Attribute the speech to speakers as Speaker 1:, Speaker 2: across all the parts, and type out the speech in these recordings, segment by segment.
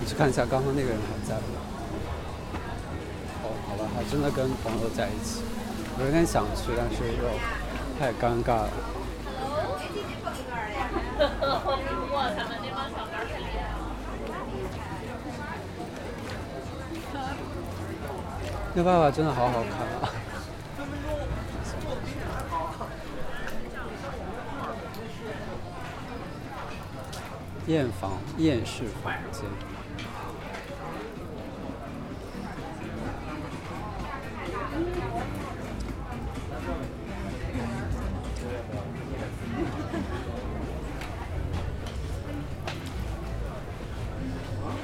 Speaker 1: 你去看一下，刚刚那个人还在吗？哦，好吧，他真的跟朋友在一起。我有点想去，但是又太尴尬了。
Speaker 2: 哇，咱们那帮小孩儿太厉害了。
Speaker 1: 那爸爸真的好好看啊！ 验房验视房间，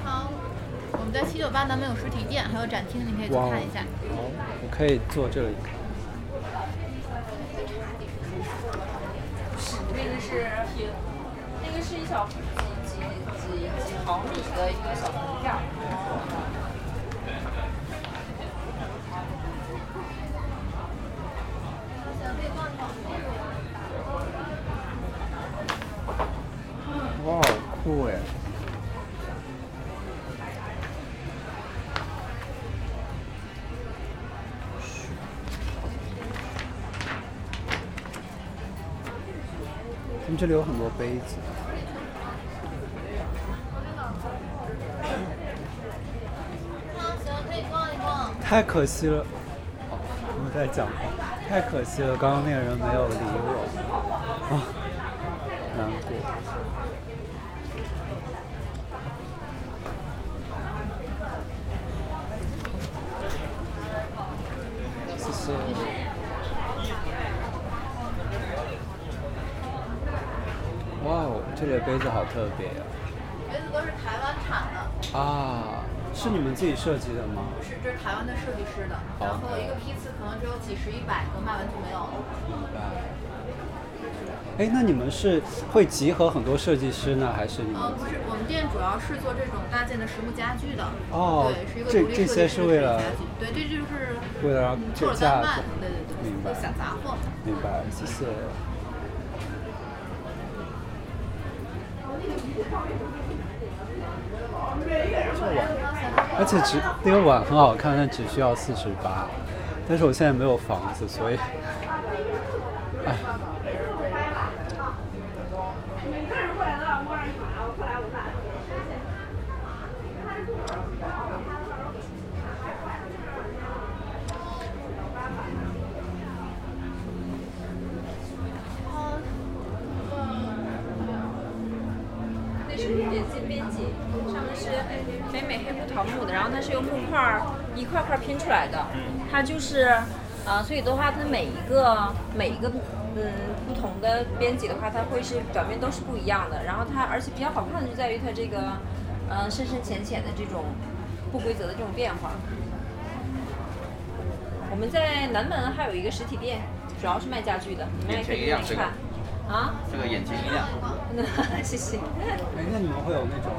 Speaker 2: 好，我们在七九八南门有实体店，还有展厅，你可以去
Speaker 1: 哇哦
Speaker 2: 看一下。
Speaker 1: 我可以坐这里看。
Speaker 3: 那个是平，那个是一小几几几几毫米的一个小铜片儿。
Speaker 1: 哇，好酷哎！他们这里有很多杯子。
Speaker 2: 啊，行，可以逛一逛。
Speaker 1: 太可惜了，哦我在讲话，太可惜了，刚刚那个人没有理我，啊，难过。谢谢。哇哦，这里的杯子好特别呀、
Speaker 2: 杯子都是台湾产的，
Speaker 1: 啊！啊，是你们自己设计的吗？
Speaker 2: 不是，这是台湾的设计师的。
Speaker 1: 好
Speaker 2: 然后一个批次可能只有几十、一百个，卖完就没有了。
Speaker 1: 明白。哎，那你们是会集合很多设计师呢，还是你们
Speaker 2: 呃，？不是，我们店主要是做这种大件的实木家具的。
Speaker 1: 哦
Speaker 2: 对，是一个
Speaker 1: 这
Speaker 2: 独立
Speaker 1: 这
Speaker 2: 设
Speaker 1: 些
Speaker 2: 计
Speaker 1: 是
Speaker 2: 师的
Speaker 1: 为
Speaker 2: 家
Speaker 1: 了
Speaker 2: 具对，这就是
Speaker 1: 为了让
Speaker 2: 嗯
Speaker 1: 这
Speaker 2: 做
Speaker 1: 个
Speaker 2: 了
Speaker 1: 价
Speaker 2: 单
Speaker 1: 格
Speaker 2: 卖，对对对，
Speaker 1: 明白
Speaker 2: 就小杂货。
Speaker 1: 明白，谢谢。而且只那个碗很好看，但只需要四十八。但是我现在没有房子， 所以，哎，
Speaker 3: 那是点金边锦，上面是北美黑葡萄木的，然后它是由木块儿一块块拼出来的，
Speaker 4: 嗯
Speaker 3: 它就是，呃，所以的话，它每一个每一个嗯不同的边脊的话，它会是表面都是不一样的，然后它而且比较好看的就在于它这个，呃，深深浅浅的这种不规则的这种变化。我们在南门还有一个实体店，主要是卖家具的，你们也可以进来看。啊，
Speaker 4: 这个眼前一亮，
Speaker 3: 那 谢谢。
Speaker 1: 哎，那你们会有那种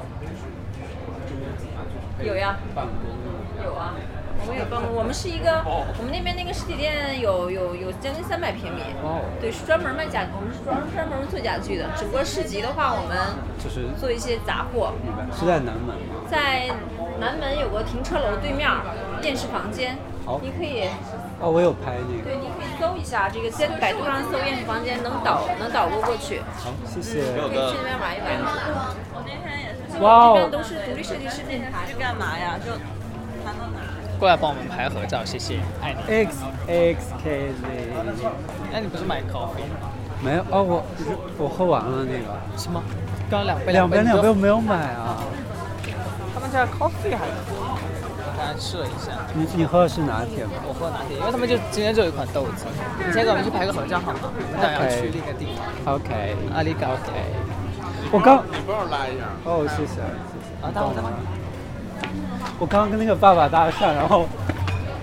Speaker 1: 就是
Speaker 3: 有呀
Speaker 1: 办公的
Speaker 3: 有啊，我们有办公，我们是一个，我们那边那个实体店有有有将近三百平米，
Speaker 1: 哦，
Speaker 3: 对，是专门卖家，我们是专专门做家具的。只不过市集的话，我们
Speaker 1: 就是
Speaker 3: 做一些杂货，
Speaker 1: 明白是在南门吗？
Speaker 3: 在南门有个停车楼对面儿电视房间
Speaker 1: 好，
Speaker 3: 你可以
Speaker 1: 哦，我有拍那个
Speaker 3: 对，。你可以搜一下这个，在百度上搜电视房间，能导能导播过去，
Speaker 1: 好，谢谢。
Speaker 4: 有
Speaker 3: 可以
Speaker 4: 个
Speaker 3: 去那边玩一玩。
Speaker 5: 我那天也是就
Speaker 1: 哇
Speaker 3: 这
Speaker 1: 哦
Speaker 3: 边都是独立设计师品牌
Speaker 5: 是。干嘛呀？就谈到哪儿？
Speaker 6: 过来帮我们拍合照，谢谢，爱你。
Speaker 1: X X K Z，
Speaker 6: 那哎你不是买 coffee 吗？
Speaker 1: 没有哦，我我喝完了那个，
Speaker 6: 是吗？刚刚两杯
Speaker 1: 两
Speaker 6: 杯
Speaker 1: 边两杯我
Speaker 6: 杯，
Speaker 1: 没有买啊。
Speaker 6: 他们家 coffee 还不错。我刚才试了一下，
Speaker 1: 你你喝的是拿铁吗？
Speaker 6: 我喝拿铁，因为他们就今天就有一款豆子。你先给我们去拍个合照好吗？我们俩要
Speaker 1: OK
Speaker 6: 去那个地方，
Speaker 1: ？OK，
Speaker 6: 阿里嘎。OK。
Speaker 1: 我刚
Speaker 4: 啊你帮我拉一下。
Speaker 1: 哦，谢谢谢谢。
Speaker 6: 啊待会儿待会儿
Speaker 1: 我刚刚跟那个爸爸搭讪，然后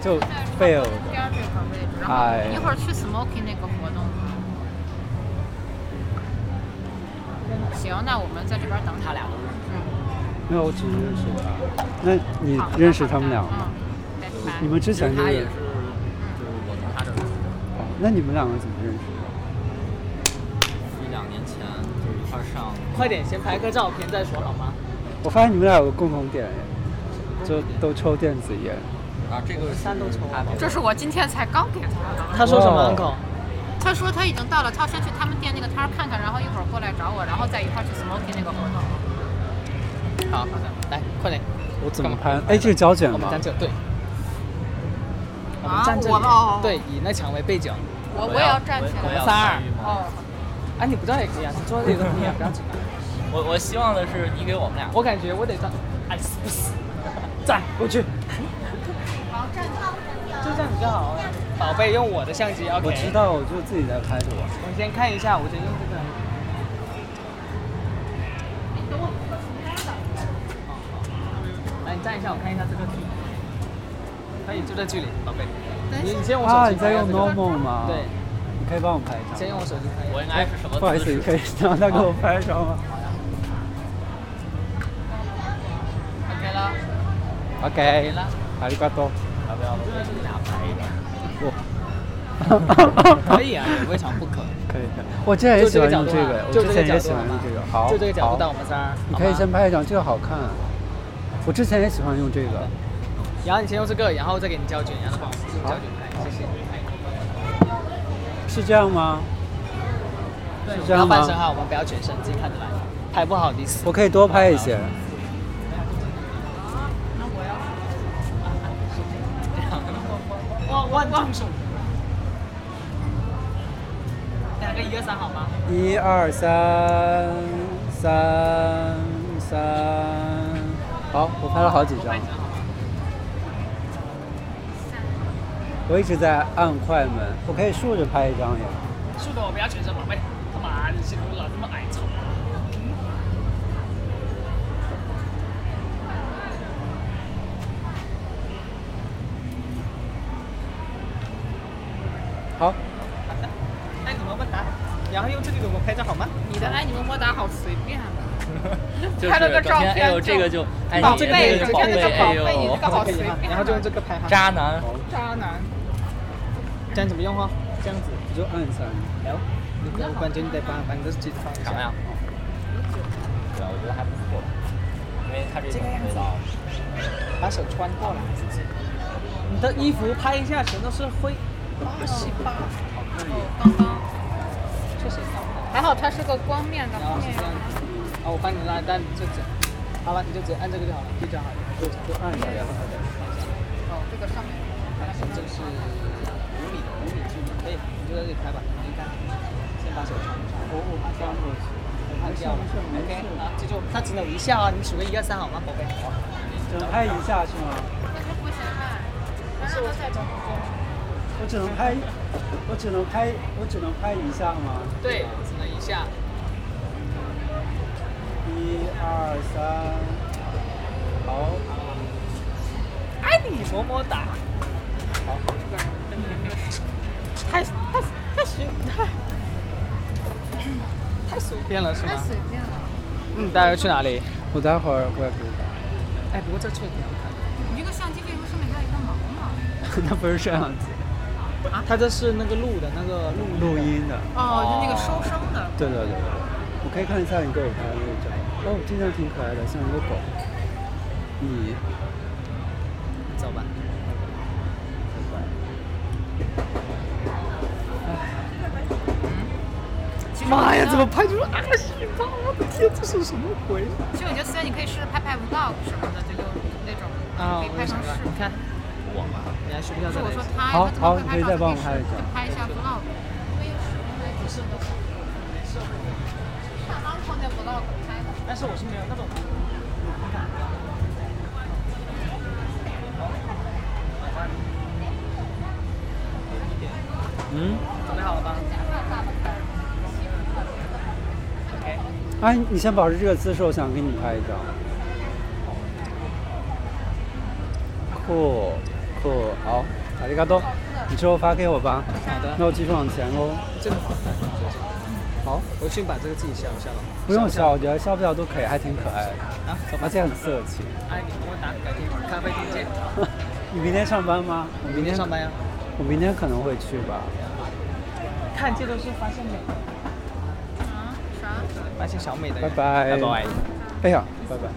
Speaker 1: 就 fail。
Speaker 2: 第二这块位置，然
Speaker 1: 哎
Speaker 2: 后一会儿去 Smoky 那个活动。行，那我们在这边等他俩了。
Speaker 1: 没有，我只认识他。那你认识他们俩吗？
Speaker 2: 嗯，拜拜。
Speaker 1: 你们之前就
Speaker 4: 他也
Speaker 1: 认
Speaker 4: 是
Speaker 1: 识？，
Speaker 4: 就是我从他这儿
Speaker 1: 哦那你们两个怎么认识啊的？
Speaker 4: 一两年前就一块儿上，
Speaker 6: 快点，先拍个照片再说好吗？
Speaker 1: 我发现你们俩有个共同点，就都抽电子烟。
Speaker 7: 啊，这个山东城，
Speaker 8: 这是我今天才刚给他的。
Speaker 6: 他说什么
Speaker 1: 哇
Speaker 6: uncle？
Speaker 8: 他说他已经到了，他要先去他们店那个摊儿看看，然后一会儿过来找我，然后再一块儿去 smoking 那个活动。
Speaker 6: 好，好的，来，快点，
Speaker 1: 我怎么
Speaker 6: 干
Speaker 1: 拍
Speaker 6: 嘛？
Speaker 1: 哎，这是胶卷
Speaker 6: 我们
Speaker 1: 吗？
Speaker 6: 站这，对，我
Speaker 8: 啊
Speaker 6: 们站这
Speaker 8: 我
Speaker 6: 里
Speaker 8: 们哦，
Speaker 6: 对，以那墙为背景。
Speaker 8: 我我也要站起
Speaker 7: 我
Speaker 8: 来。
Speaker 7: 要
Speaker 6: 仨
Speaker 7: 参与吗
Speaker 8: 哦，
Speaker 6: 哎，你不站也可以啊，你坐这里都可以啊，不要紧的。
Speaker 7: 我我希望的是你给我们俩，
Speaker 6: 我感觉我得站，哎，死不 死？站过去，
Speaker 8: 好站起来。
Speaker 6: 就这样比较好
Speaker 4: 哎
Speaker 6: 啊。宝贝，用我的相机，OK。
Speaker 1: 我知。道，我就自己在拍着玩。
Speaker 6: 我先看一下，我先用这个。来，你站一下，我看一下这个距离。可以，就这距离，宝贝。你你先用我
Speaker 1: 啊，
Speaker 6: 手
Speaker 1: 你
Speaker 6: 机看
Speaker 1: 在
Speaker 6: 一下
Speaker 1: 用
Speaker 6: 这个。
Speaker 1: normal 吗？
Speaker 6: 对，，
Speaker 1: 你可以帮我拍一
Speaker 6: 先
Speaker 1: 张
Speaker 6: 用
Speaker 1: 吗。
Speaker 6: 我手机看一下。
Speaker 7: 我应该是什么姿势？
Speaker 1: 不好意思，你可以让他给我拍一张吗
Speaker 8: ？OK 了。
Speaker 1: ？OK，阿里嘎多。
Speaker 7: 要不要我们俩拍一张？
Speaker 1: 我
Speaker 6: 可以啊，你为啥不可？
Speaker 1: 可以可以，我之前也
Speaker 6: 就
Speaker 1: 喜
Speaker 6: 这
Speaker 1: 欢
Speaker 6: 个角
Speaker 1: 用
Speaker 6: 度
Speaker 1: 这
Speaker 6: 啊
Speaker 1: 个，我
Speaker 6: 就
Speaker 1: 之
Speaker 6: 个
Speaker 1: 前
Speaker 6: 角
Speaker 1: 也喜
Speaker 6: 度
Speaker 1: 欢
Speaker 6: 好
Speaker 1: 用
Speaker 6: 吗
Speaker 1: 这个。好，
Speaker 6: 就这个角
Speaker 1: 好
Speaker 6: 度，带我们仨儿。
Speaker 1: 你
Speaker 6: 好
Speaker 1: 可以
Speaker 6: 吗
Speaker 1: 先拍一张，这个好看。啊我之前也喜欢用这个。
Speaker 6: 然后你先用这个，然后再给你胶卷，然后帮我们胶卷拍，谢谢。
Speaker 1: 是这样吗？
Speaker 6: 对，我们
Speaker 1: 是这样
Speaker 6: 要
Speaker 1: 吗
Speaker 6: 半身哈，我们不要全身，自己看着来。拍不好的死。
Speaker 1: 我可以多拍一些。
Speaker 6: 我我放手。两个一二三好吗？
Speaker 1: 一二三三三，好，我拍了好几张
Speaker 6: 拍一。张好吗？
Speaker 1: 我一直在按快门，我可以竖着拍一张呀。
Speaker 6: 竖的我不要全身，宝贝。干嘛？你显得我老这么矮丑。
Speaker 1: 好，
Speaker 6: 好的，爱你么么哒。然后用这个给我们拍照好吗？
Speaker 8: 你 的爱你么么哒好随便啊！
Speaker 7: 就是
Speaker 8: 拍了个照
Speaker 7: 整天哎呦，
Speaker 8: 片
Speaker 7: 这个就哎，
Speaker 8: 宝
Speaker 7: 你这
Speaker 8: 贝
Speaker 7: 个
Speaker 8: 整
Speaker 7: 宝
Speaker 8: 天
Speaker 7: 贝，
Speaker 8: 那个宝
Speaker 7: 哎
Speaker 8: 贝你这个
Speaker 7: 呦，
Speaker 8: 好
Speaker 6: 可以
Speaker 8: 随
Speaker 6: 哈。
Speaker 8: 便啊
Speaker 6: 然后就用这个拍哈。
Speaker 7: 渣男，
Speaker 8: 渣男。
Speaker 6: 这样怎么用哈？这样子。
Speaker 1: 你就按三。
Speaker 6: L。你可我感觉你得把把你的机子放一下。
Speaker 7: 什么呀？？对啊，我觉得还不错，因为它这种味道，
Speaker 6: 把手穿过来。你的衣服拍一下，全都是灰。八十八。
Speaker 8: 刚刚
Speaker 6: 确实高。
Speaker 8: 还好它是个光面的
Speaker 6: 然后是这样
Speaker 8: 面。
Speaker 6: 子，啊，我帮你拉，但你就只，好了，你就只按这个就好了，就这样好嗯了，就就按一下就好了。
Speaker 8: 哦，这个上面。
Speaker 6: 然后这个是五米的，五米距离，可以，你就在这里拍吧，你就看，先把手穿上，我我怕掉过去，我怕掉了，OK，啊，这就他只能一下啊，你数个一二三好吗，宝贝？好，
Speaker 1: 只能拍一下是吗？
Speaker 8: 但是不行啊，咱让他再找
Speaker 1: 我只能拍，我只能拍，我只能拍一下吗？
Speaker 6: 对，只能一下，
Speaker 1: 一二三，好，
Speaker 6: 爱你么么哒，太太太随太太随便了是吗
Speaker 8: 太？随便了。
Speaker 6: 嗯，大家要去哪里？
Speaker 1: 我待会儿过来给你拍。
Speaker 6: 哎，不过这确实挺好看
Speaker 8: 你这个相机为什么上面还有一个毛毛？
Speaker 1: 那不是摄像机，
Speaker 6: 的，它这是那个录的那个录
Speaker 1: 录音的。
Speaker 8: 哦，就那个收声的。
Speaker 1: 对对对对，我可以看一下你给我拍的那张。哦，这张挺可爱的，像一个狗。你
Speaker 6: 走吧。妈呀！怎么拍出二十八？我的天，这是什么鬼？
Speaker 8: 其实我觉得思源，哦你可以试着拍拍 vlog 什么的，就就那种
Speaker 6: 啊，
Speaker 8: 可以
Speaker 6: 我
Speaker 8: 拍成
Speaker 6: 想
Speaker 8: 视
Speaker 6: 你
Speaker 8: 频。
Speaker 6: 看我嘛，你还学不
Speaker 8: 不
Speaker 6: 校
Speaker 8: 是
Speaker 6: 这
Speaker 8: 我说
Speaker 6: 里。
Speaker 8: 他，
Speaker 1: 好
Speaker 8: 他怎么会拍
Speaker 1: 好你可以
Speaker 8: 照？
Speaker 1: 再帮我
Speaker 8: 可以
Speaker 1: 拍
Speaker 8: 试
Speaker 1: 一下
Speaker 8: 着拍一下 vlog。因为有时候也不是都是看 uncle 那 vlog 拍的。
Speaker 6: 但是我是没有那种。
Speaker 1: 嗯，
Speaker 6: 准备好了吧？OK，
Speaker 1: 哎，你先保持这个姿势，我想给你拍一张。酷酷，好，阿里嘎多，你之后发给我吧。
Speaker 6: 好的。
Speaker 1: 那我继续往前哦喽。
Speaker 6: 这个好看，
Speaker 1: 好，
Speaker 6: 回去把这个自己消一下吧。
Speaker 1: 不用笑，我觉得笑不笑都可以，还挺可爱
Speaker 6: 啊，
Speaker 1: 的，
Speaker 6: 走吧
Speaker 1: 而。且很色情。
Speaker 6: 爱你，么么哒，改天一会儿咖啡厅见。
Speaker 1: 你明天上班吗？我
Speaker 6: 明天上，班呀。
Speaker 1: 我明天可能会去吧。
Speaker 6: 看，这都是发现美的，
Speaker 8: 啊？啥？
Speaker 6: 发现小美的
Speaker 1: 拜
Speaker 6: 人。
Speaker 1: 拜。
Speaker 7: 拜拜。
Speaker 1: 哎呀，拜拜。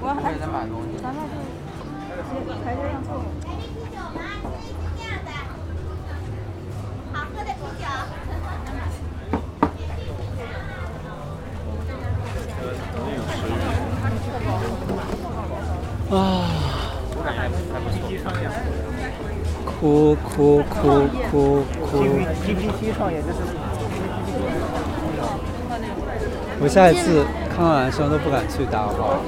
Speaker 3: 我还咱俩就还是让坐。
Speaker 1: 啊，哭哭哭哭哭！
Speaker 6: PPT 上也就是
Speaker 1: 我下一次看完生都不敢去打包。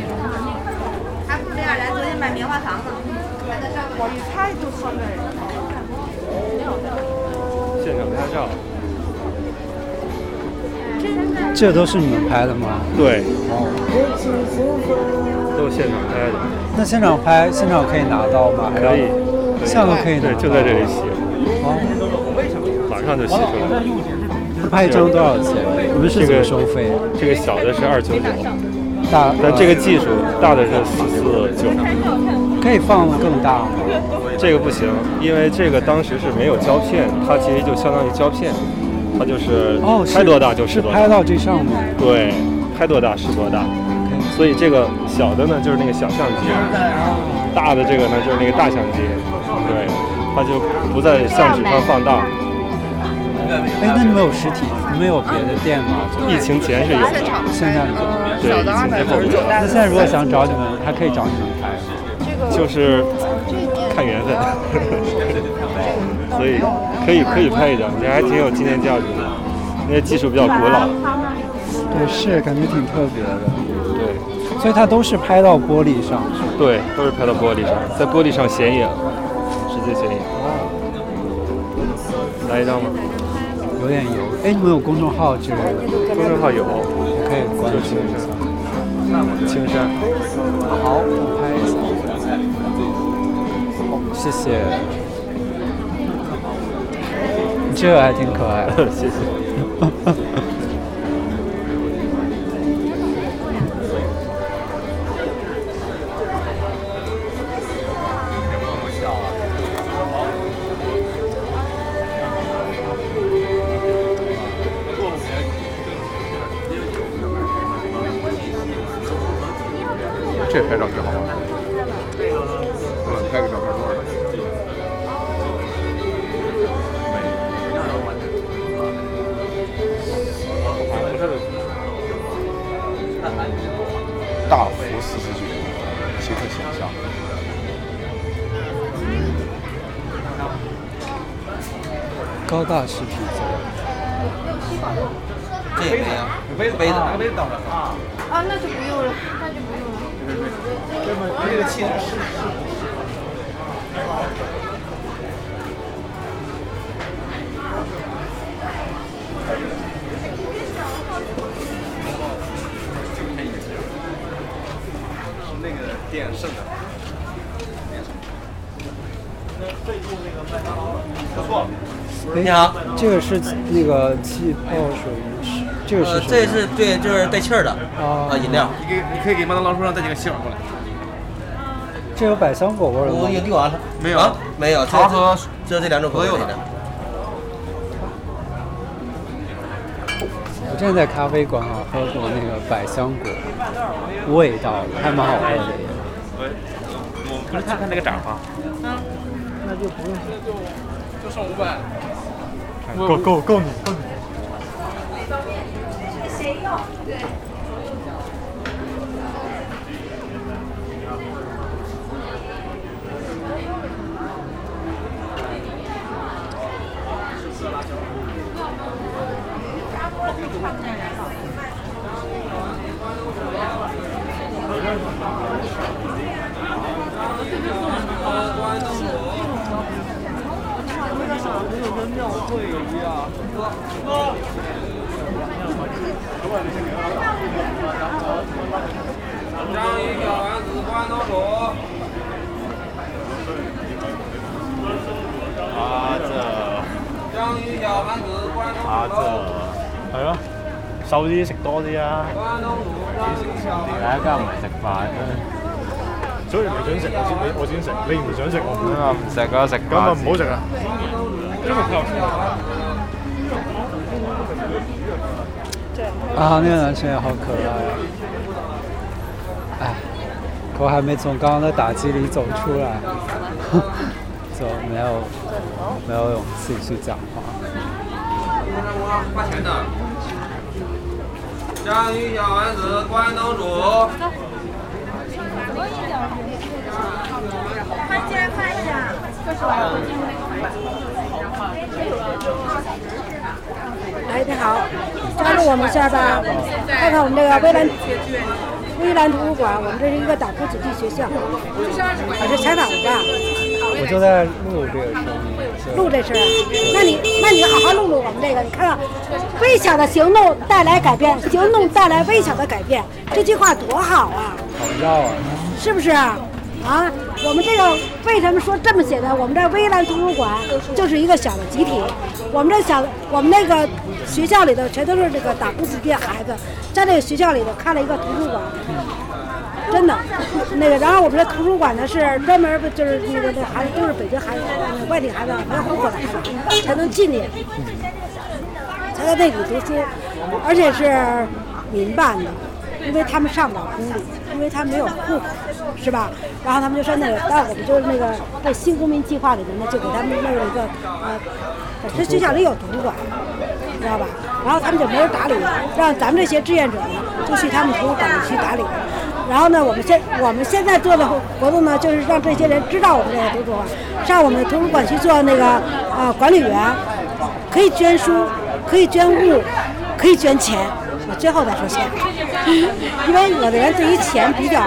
Speaker 5: 还不如这样，咱昨天买棉花糖呢。我一猜就说那人。
Speaker 9: 现场拍照。
Speaker 1: 这都是你们拍的哦吗？
Speaker 9: 对，都是现场拍的，
Speaker 1: 那现场拍，现场可以拿到吗？还要
Speaker 9: 可以。对
Speaker 1: 下个可以拿
Speaker 9: 对，
Speaker 1: 到
Speaker 9: 就在这里洗，
Speaker 1: 哦，
Speaker 9: 马上就洗出来。
Speaker 1: 拍一张多少钱？你们是怎么收费？
Speaker 9: 这个小的是二九九，
Speaker 1: 大，呃
Speaker 9: 但这个技术大的是四四九，
Speaker 1: 可以放更大吗？
Speaker 9: 这个不行，因为这个当时是没有胶片，它其实就相当于胶片，它就是
Speaker 1: 哦，是
Speaker 9: 拍多大就是
Speaker 1: 是
Speaker 9: 多
Speaker 1: 拍
Speaker 9: 大，
Speaker 1: 到这上面。
Speaker 9: 对，拍多大是多大。所以这个小的呢就是那个小相机，大的这个呢就是那个大相机，对，它就不在相纸上放大。
Speaker 1: 哎，那你们有实体，你们有别的店吗？
Speaker 9: 疫情前是有嗯的，
Speaker 1: 现在没有。
Speaker 9: 对，疫情前后没有。
Speaker 1: 那现在如果想找你们，还可以找你们拍吗。
Speaker 9: 就是看缘分，所以可以可以拍一张，这还挺有纪念价值的。那些技术比较古老，
Speaker 1: 对，是感觉挺特别的。
Speaker 9: 对
Speaker 1: 所以它都是拍到玻璃上。是吗
Speaker 9: 对，都是拍到玻璃上，在玻璃上显眼，直接显眼。来一张吗？
Speaker 1: 有点油。哎，你们有公众号之类的，
Speaker 9: 公众号有，
Speaker 1: 也可以关注一下。
Speaker 9: 青山。
Speaker 1: 好，我拍一下。哦谢谢。你这个还挺可 爱的。
Speaker 9: 谢谢。
Speaker 10: 这拍照挺好玩的。
Speaker 4: 啊
Speaker 10: 嗯，拍个照片多少钱？大幅四十九，形成形象。
Speaker 1: 高大师啤酒，
Speaker 4: 这也没有，杯子杯子拿杯子倒上。
Speaker 11: 啊，那就不用了，那就不用了。
Speaker 1: 哎
Speaker 4: 你好，
Speaker 1: 这个是那个气泡水，是这个
Speaker 4: 呃
Speaker 1: 是，什么
Speaker 4: 这是对，就是带气儿的啊饮料。
Speaker 10: 你给你可以给麦当劳桌上再几个杏儿过来。
Speaker 1: 这有百香果味儿
Speaker 4: 我已
Speaker 1: 吗？
Speaker 4: 经递完了。
Speaker 10: 没有
Speaker 4: 啊没有。这
Speaker 10: 桃和
Speaker 4: 这只有这两种口味
Speaker 10: 和柚子
Speaker 4: 的。
Speaker 1: 我之前在咖啡馆啊喝过那个百香果味道，还蛮好喝 的耶。
Speaker 10: 我不是看看那个展吗？
Speaker 9: 够够够你够阿泽，阿澤，係咯，瘦啲食多啲啊！而家唔係食飯
Speaker 12: 所以你想食我先我先食，你唔想食我唔
Speaker 10: 咁啊唔食啊食
Speaker 12: 咁啊唔好食啦。
Speaker 1: 啊，那个男生也好可爱啊！哎，可我还没从刚刚的打击里走出来， 就没有没有勇气去讲话。
Speaker 13: 我花钱的。家喻小丸子，关东煮。
Speaker 5: 快进来看一下，
Speaker 14: 哎，你好，加入我们一下吧，看看我们这个微蓝微蓝图书馆，我们这是一个岛国子弟学校，我是采访的，
Speaker 1: 我就在录这个声音，就
Speaker 14: 录这事儿，那你那你好好录录我们这个，你看看微小的行动带来改变，行动带来微小的改变，这句话多好啊！
Speaker 1: 好绕啊！
Speaker 14: 是不是啊？啊，我们这个为什么说这么写呢？我们这微蓝图书馆就是一个小的集体，我们这小，我们那个学校里头全都是这个打不死的孩子，在这个学校里头开了一个图书馆，真的，那个，然后我们这图书馆呢是专门儿就是那个那孩子都是北京孩子、外地孩子没有户口的孩子才能进去，才在那里读书，而且是民办的，因为他们上不了公立，因为他们没有户口，是吧？然后他们就说那个，那我们就是那个在新公民计划里面
Speaker 8: Ờ,
Speaker 14: 呢，就给他们弄了一个呃，这学校里有图书馆，你知道吧？然后他们就没人打理，让咱们这些志愿者呢，就去他们图书馆里去打理。然后呢，我们现我们现在做的活动呢，就是让这些人知道我们这个图书馆，上我们图书馆去做那个呃管理员，可以捐书，可以捐物，可以捐钱。我最后再说钱， 因为有的人对于钱比较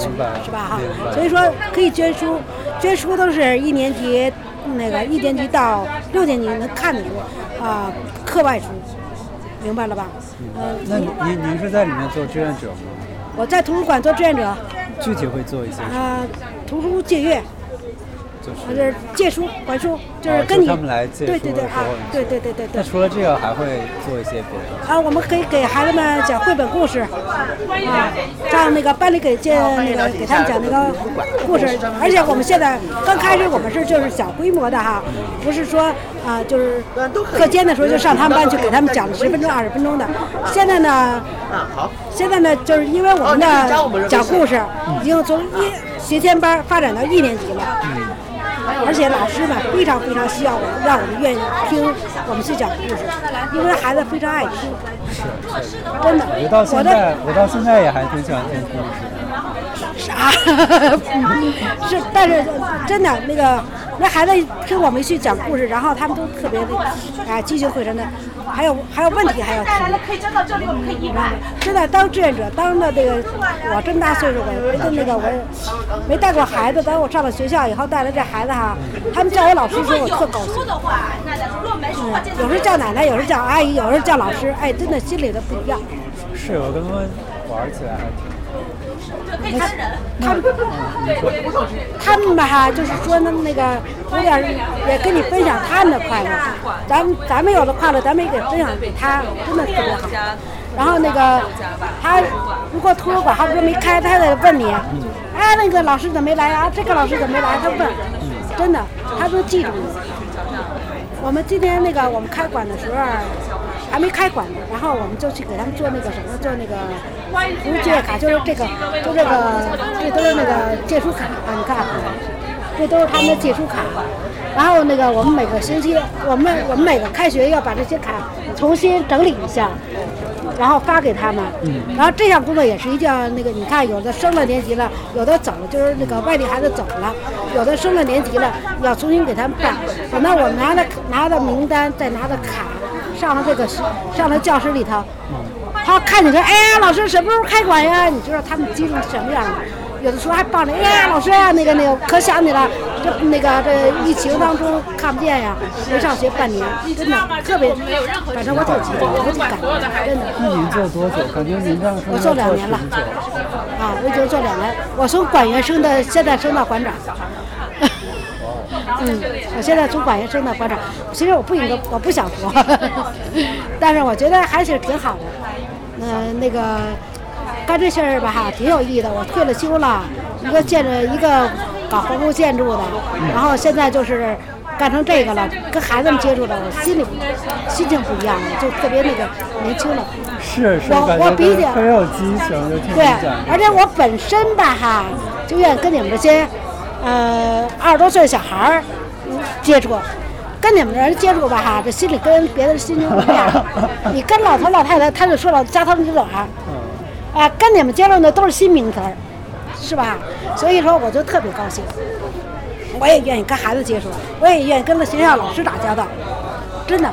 Speaker 1: 明白是
Speaker 14: 吧哈
Speaker 1: 明白
Speaker 14: 所以说可以捐书，捐书都是一年级那个一年级到六年级能看的书啊、课外书，明白了吧？嗯、
Speaker 1: 那您您您是在里面做志愿者吗？
Speaker 14: 我在图书馆做志愿者，啊、
Speaker 1: 具体会做一些什么？
Speaker 14: 图书借阅，啊
Speaker 1: 就
Speaker 14: 就是是借书还书，就
Speaker 1: 啊
Speaker 14: 是
Speaker 1: 就
Speaker 14: 跟你、
Speaker 1: 他们来借
Speaker 14: 对
Speaker 1: 书
Speaker 14: 对对
Speaker 1: 的时
Speaker 14: 啊
Speaker 1: 候，
Speaker 14: 对对对对对
Speaker 1: 那。除了这个，还会做一些别的。
Speaker 14: 啊，我们可以给孩子们讲绘本故事，啊，让那个班里给这
Speaker 1: 哦
Speaker 14: 那个给他们讲那个故事。而且我们现在刚开始，我们是就是小规模的哈，不是说啊、就是课间的时候就上他们班去给他们讲十分钟、二十分钟的。现在呢，
Speaker 15: 啊，好，
Speaker 14: 现在呢，就是因为我们的讲故事已经从一学前班发展到一年级了。而且老师们非常非常需要我们，让我们愿意听我们去讲故事，因为孩子非常爱听。真的
Speaker 1: 我觉得到现在，我到现在也还挺喜欢听故事的。
Speaker 14: 啥？ 是，但是真的那个那孩子听我们去讲故事，然后他们都特别的啊积极会神的，还有还有问题还要提。可以到这里，我们可以真的当志愿者，当了这个我这么大岁数，我没跟那个我也没带过孩子，但我上了学校以后带了这孩子哈，他们叫我老师说我特高兴。啊
Speaker 5: 的话，那咱论文书这
Speaker 14: 有时候叫奶奶，有时候叫阿姨，有时候叫老师，哎，真的心里头不一样。
Speaker 1: 是我跟他们玩起来还挺。
Speaker 5: 可以跟人。
Speaker 14: 他们
Speaker 5: 对对对。
Speaker 14: 他们吧哈，就是说呢，那个有点儿也跟你分享他们的快乐，咱们咱们有的快乐，咱们也给分享给他，真的特别
Speaker 5: 嗯
Speaker 14: 好。然后那个他如果图书馆好比说没开，他得问你，哎，那个老师怎么没来啊？这个老师怎么没来？他问，真的，他都记住你。我们今天那个我们开馆的时候啊还没开馆呢，然后我们就去给他们做那个什么，做那个图借卡，就是这个，就这个，这都是那个借书卡啊，你看，这都是他们的借书卡。然后那个我们每个星期，我们我们每个开学要把这些卡重新整理一下，然后发给他们。然后这项工作也是一项那个，你看有的升了年级了，有的走了，就是那个外地孩子走了，有的升了年级了，要重新给他们办。等到我拿了拿了名单，再拿着卡上了这个学上了教室里头，他看你说，哎呀，老师什么时候开馆呀？你知道他们激动什么样吗？有的时候还抱着，哎呀，老师呀、那个那个，可想你了，这那个这疫情当中看不见呀，没上学半年，真的特别，反正我挺激动，我挺感动，真的。
Speaker 1: 那您做多久？感觉您这样说
Speaker 14: 我做两年了
Speaker 1: 挺久
Speaker 14: 啊，我已经做两年，我从管员升的，现在升到馆长。嗯，我现在从管员升到馆长，其实我不应该，我不想说， 但是我觉得还是挺好的。嗯、那个干这事儿吧哈，挺有意义的。我退了休了，一个建筑一个搞皇宫建筑的，然后现在就是干成这个了，跟孩子们接触了，我心里心情不一样了，就特别那个年轻了。
Speaker 1: 是是，
Speaker 14: 我
Speaker 1: 感
Speaker 14: 我
Speaker 1: 觉
Speaker 14: 比
Speaker 1: 都
Speaker 14: 较
Speaker 1: 很有激情，就听你
Speaker 14: 对
Speaker 1: 讲。，
Speaker 14: 而且我本身吧哈，就愿意跟你们这些，呃，二十多岁小孩儿嗯接触，跟你们这人接触吧哈，这心里跟别的心情不一样。你跟老头老太太，他就说老加他们几短儿，啊，跟你们接触的都是新名词儿，是吧？所以说我就特别高兴，我也愿意跟孩子接触，我也愿意跟学校老师打交道，真的。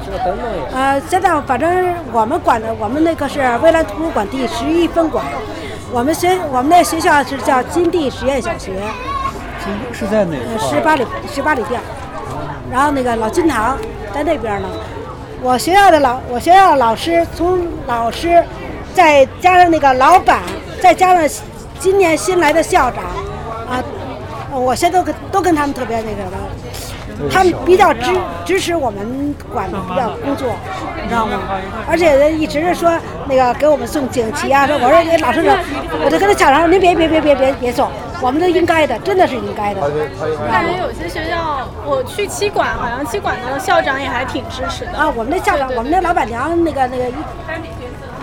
Speaker 14: 呃，现在反正我们管的，我们那个是未来图书馆第十一分馆，我们学我们那学校是叫金地实验小学，
Speaker 1: 是是在哪块
Speaker 14: 呃，
Speaker 1: 儿？
Speaker 14: 十八里十八里店儿，然后那个老金堂在那边儿呢。我学校的老我学校的老师从老师，再加上那个老板，再加上今年新来的校长，啊，我现在都跟都跟他们特别那个什么。他们比较支支持我们管的比较工作，你知道吗？而且人一直是说那个给我们送锦旗啊，说我说哎老师说，我就跟他抢着您别别别别别别送，我们都应该的，真的是应该的。
Speaker 11: 我
Speaker 14: 啊
Speaker 11: 感觉有些学校，我去七馆，好像七馆的校长也还挺支持的。
Speaker 14: 啊，我们那校长，我们那老板娘那个那个，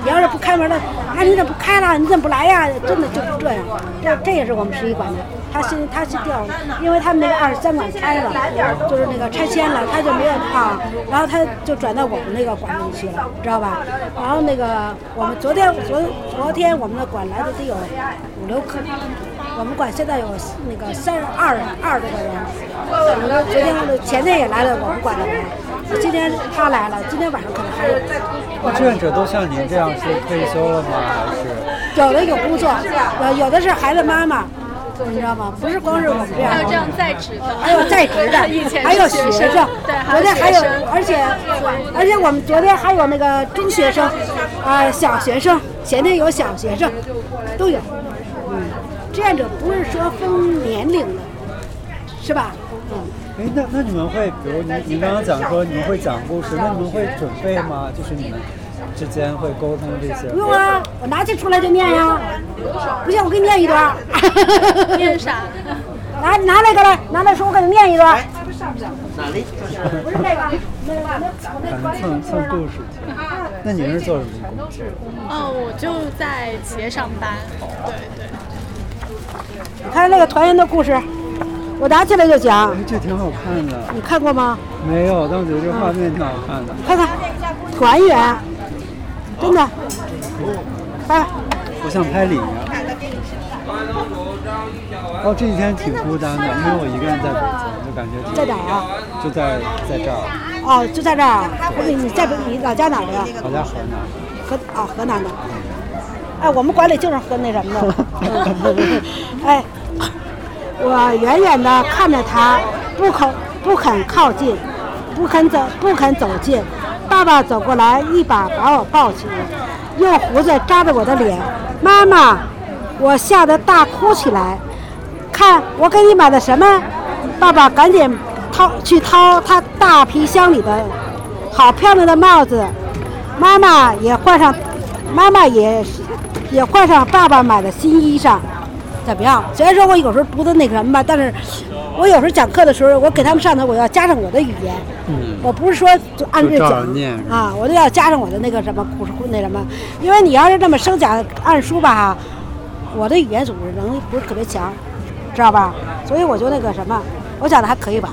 Speaker 14: 你要是不开门了，啊，你怎么不开了？你怎么不来呀？真的就是这样，这这也是我们十一馆的。他现他是调，因为他们那个二十三馆拆了，就是那个拆迁了，他就没有啊，然后他就转到我们那个馆里去了，知道吧？然后那个我们昨天昨昨天我们的馆来的得有五六个，我们馆现在有那个三十二二十多个人，我们昨天前天也来了我们馆的人，今天他来了，今天晚上可能还有。
Speaker 1: 那志愿者都像您这样是退休了吗？还是
Speaker 14: 有的有工作，有有的是孩子妈妈，你知道吗？不是光是我们这样，
Speaker 11: 还有这样在职的，
Speaker 14: 还有在职
Speaker 11: 以前
Speaker 14: 的，
Speaker 11: 是
Speaker 14: 还有
Speaker 11: 学
Speaker 14: 学
Speaker 11: 生
Speaker 14: 生，
Speaker 11: 对，
Speaker 14: 昨天还
Speaker 11: 还
Speaker 14: 有
Speaker 11: 有学生，
Speaker 14: 而且而且我们昨天还有那个中学生，啊、小学生，前天有小学生，都有。嗯，志愿者不是说分年龄的，是吧？嗯
Speaker 1: 哎，那那你们会，比如您您刚刚讲说你们会讲故事，那你们会准备吗？就是你们之间会沟通这些？
Speaker 14: 不用啊，我拿起出来就念呀。不信我给你念一段。
Speaker 11: 念啥？
Speaker 14: 拿拿那个来，拿那书我给你念一段。
Speaker 1: 哪里？
Speaker 14: 不是那个，那个我那
Speaker 1: 反哎正蹭蹭故事去。那你们是做什么工作？
Speaker 14: 嗯
Speaker 11: 哦，我就在企业上班，对对。
Speaker 14: 你看那个团员的故事，我拿起来就讲。
Speaker 1: 哎这挺好看的。
Speaker 14: 你看过吗？
Speaker 1: 没有，但我觉得这画面挺好看的。
Speaker 14: 看看，团员，真的，哎，
Speaker 1: 我想拍里面。哦，这几天挺孤单的，因为我一个人在北京，就感觉挺
Speaker 14: 在哪儿啊？
Speaker 1: 就在在这儿，
Speaker 14: 哦，就在这儿啊。我给你在北你老家哪儿的呀？
Speaker 1: 老家河南。
Speaker 14: 河啊、河南的。哎，我们管理就是河那什么 的。 哎，我远远的看着他，不肯不肯靠近，不肯走不肯走近。爸爸走过来，一把把我抱起，用胡子扎着我的脸。妈妈，我吓得大哭起来。看我给你买的什么？爸爸赶紧掏去掏他大皮箱里的好漂亮的帽子，妈妈也换上，妈妈也也换上爸爸买的新衣裳，怎么样？虽然说我有时候读的那个什么吧，但是我有时候讲课的时候，我给他们上头，我要加上我的语言，
Speaker 1: 嗯，
Speaker 14: 我不是说就按这
Speaker 1: 就照
Speaker 14: 讲
Speaker 1: 着念是吧
Speaker 14: 啊，我都要加上我的那个什么故事或那什么，因为你要是这么生讲按书吧哈，我的语言组织能力不是特别强，知道吧？所以我就那个什么，我讲的还可以吧，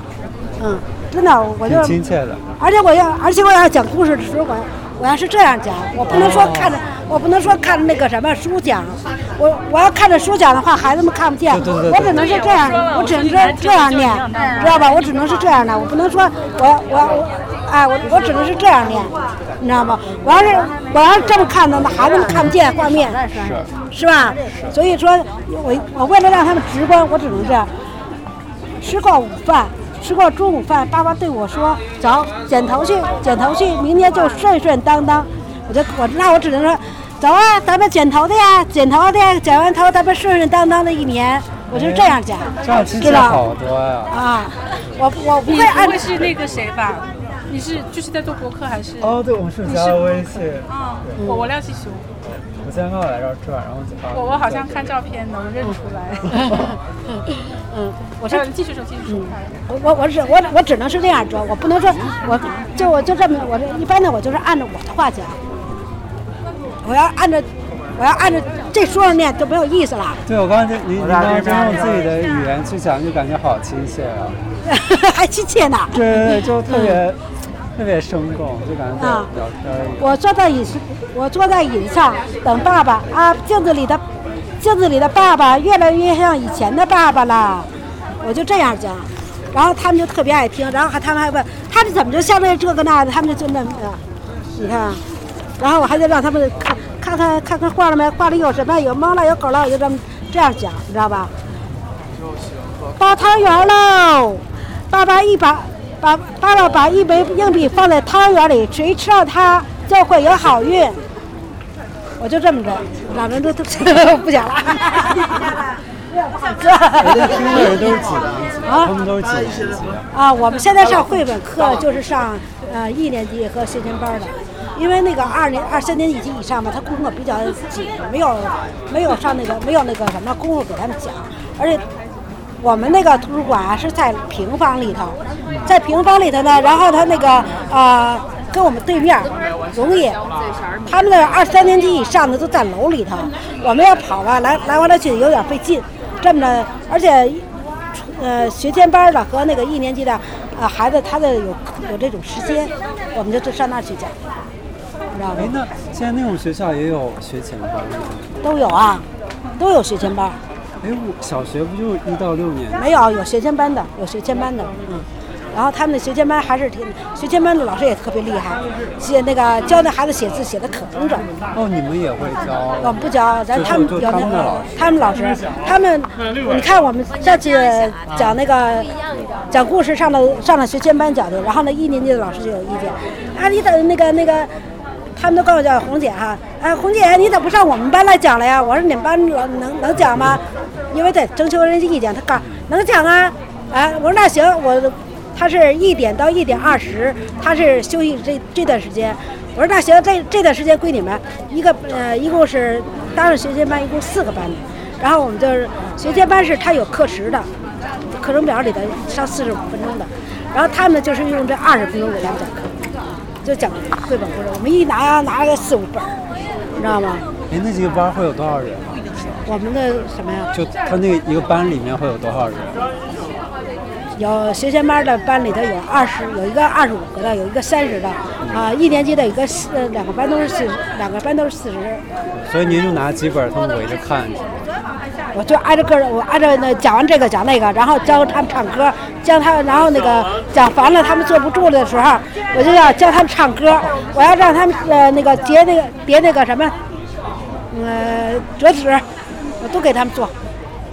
Speaker 14: 嗯，真的我就
Speaker 1: 挺亲切的。
Speaker 14: 而且我要，而且我要讲故事的时候，我要我要是这样讲，我不能说
Speaker 1: 哦
Speaker 14: 看着，我不能说看着那个什么书讲，我我要看着书讲的话，孩子们看不见，
Speaker 1: 对对对对
Speaker 14: 我只能是这样，我只能是这样念，知道吧？我只能是这样的，我不能说我我我，哎，我我只能是这样念，你知道吗？我要是我要是这么看的，那孩子们看不见画面，是吧？所以说我我为了让他们直观，我只能这样。吃过午饭，吃过中午饭，爸爸对我说：“走，剪头去，剪头去，明天就顺顺当当。”我就我那我只能说，走啊，咱们剪头的呀，剪头的呀，剪完头咱们顺顺当当的一年。我就这样讲，
Speaker 1: 哎这样亲
Speaker 14: 知
Speaker 1: 切
Speaker 14: 道
Speaker 1: 好多呀。
Speaker 14: 啊，我我不
Speaker 15: 你
Speaker 14: 会按
Speaker 15: 不会是那个谁吧？你是就是在做博客还是？
Speaker 1: 哦，对，我们是
Speaker 15: 你
Speaker 1: 加了
Speaker 15: 是
Speaker 11: 嗯
Speaker 1: 微信。
Speaker 15: 我我廖其雄。
Speaker 1: 我今天刚好来这儿转，然后就发
Speaker 11: 我我好像看照片能认出来。
Speaker 14: 嗯，我
Speaker 11: 这
Speaker 14: 这嗯
Speaker 11: 继续说，继续说。
Speaker 14: 我我我只我我只能是这样装，我不能说我就我就这么我这一般的我就是按照我的话讲，我要按照我要按照这书上念就没有意思了，
Speaker 1: 对，我刚才您您当时用自己的语言去讲，就感觉好亲切啊！
Speaker 14: 还亲切呢。
Speaker 1: 对对对，就特别、
Speaker 14: 嗯
Speaker 1: 特别生动，就感觉在
Speaker 14: 啊
Speaker 1: 聊天一样。
Speaker 14: 我坐在椅子，我坐在椅子上等爸爸啊，镜子里的镜子里的爸爸越来越像以前的爸爸了，我就这样讲，然后他们就特别爱听，然后还他们还问他们怎么就像这这个那的，他们就就那么的，你看，然后我还得让他们看看看看看画了没，画里有什么，有猫了，有狗了，我就这么这样讲，你知道吧？包汤圆喽！爸爸一把把爸爸把一枚硬币放在汤圆里，谁吃到它就会有好运。我就这么着，老人都都 不讲了。
Speaker 1: 我在听的人都是几年级？
Speaker 14: 啊
Speaker 1: 他们都是几年级啊？
Speaker 14: 啊，我们现在上绘本课就是上呃一年级和学前班的，因为那个二年二三年级以上吧，他功课比较紧，没有没有上那个没有那个什么功夫给他们讲，而且我们那个图书馆啊是在平房里头，在平房里头呢，然后他那个呃跟我们对面容易，他们那二三年级以上的都在楼里头，我们要跑吧，来来回来去有点费劲，这么着，而且呃学前班的和那个一年级的呃孩子，他的有有这种时间，我们就就上那儿去讲，你知道
Speaker 1: 哎，
Speaker 14: 吗？
Speaker 1: 那现在那种学校也有学前班吗？
Speaker 14: 都有啊，都有学前班。
Speaker 1: 哎，我小学不就一到六年级？
Speaker 14: 没有，有学前班的，有学前班的，嗯。然后他们的学前班还是挺，学前班的老师也特别厉害，写那个教那孩子写字写的可工整。
Speaker 1: 哦，你们也会教？
Speaker 14: 我们不教，咱
Speaker 1: 哦就
Speaker 14: 他们
Speaker 1: 就
Speaker 14: 有
Speaker 1: 他
Speaker 14: 那
Speaker 1: 们的
Speaker 14: 个
Speaker 1: 老师
Speaker 14: 他们老师，他们你看我们上次讲那个讲故事上了上了学前班讲的，然后呢一年级的老师就有意见，啊你等那个那个，他们都管我叫红姐哈，啊红姐你怎么不上我们班来讲了呀？我说你们班老能能讲吗？因为得征求人家意见，他告能讲啊，啊我说那行我。他是一点到一点二十，他是休息这这段时间。我说那行，这这段时间归你们，一个呃，一共是搭上学前班，一共四个班的。然后我们就是学前班是他有课时的，课程表里头上四十五分钟的，然后他们就是用这二十分钟给咱们讲课，就讲绘本故事。我们一拿拿了个四五本儿，你知道吗？
Speaker 1: 哎，那几个班会有多少人啊？
Speaker 14: 我们的什么呀？
Speaker 1: 就他那个一个班里面会有多少人？
Speaker 14: 有学前班的班里头有二十，有一个二十五个的，有一个三十的，啊，一年级的有一个四，呃两个班都是四十，两个班都是四十。
Speaker 1: 所以您就拿几本，他们围着看是吗。
Speaker 14: 我就挨着个人，我挨着那讲完这个讲那个，然后教他们唱歌，教他们，然后那个讲烦了他们坐不住的时候，我就要教他们唱歌，我要让他们呃那个叠那个叠那个什么，呃折纸，我都给他们做。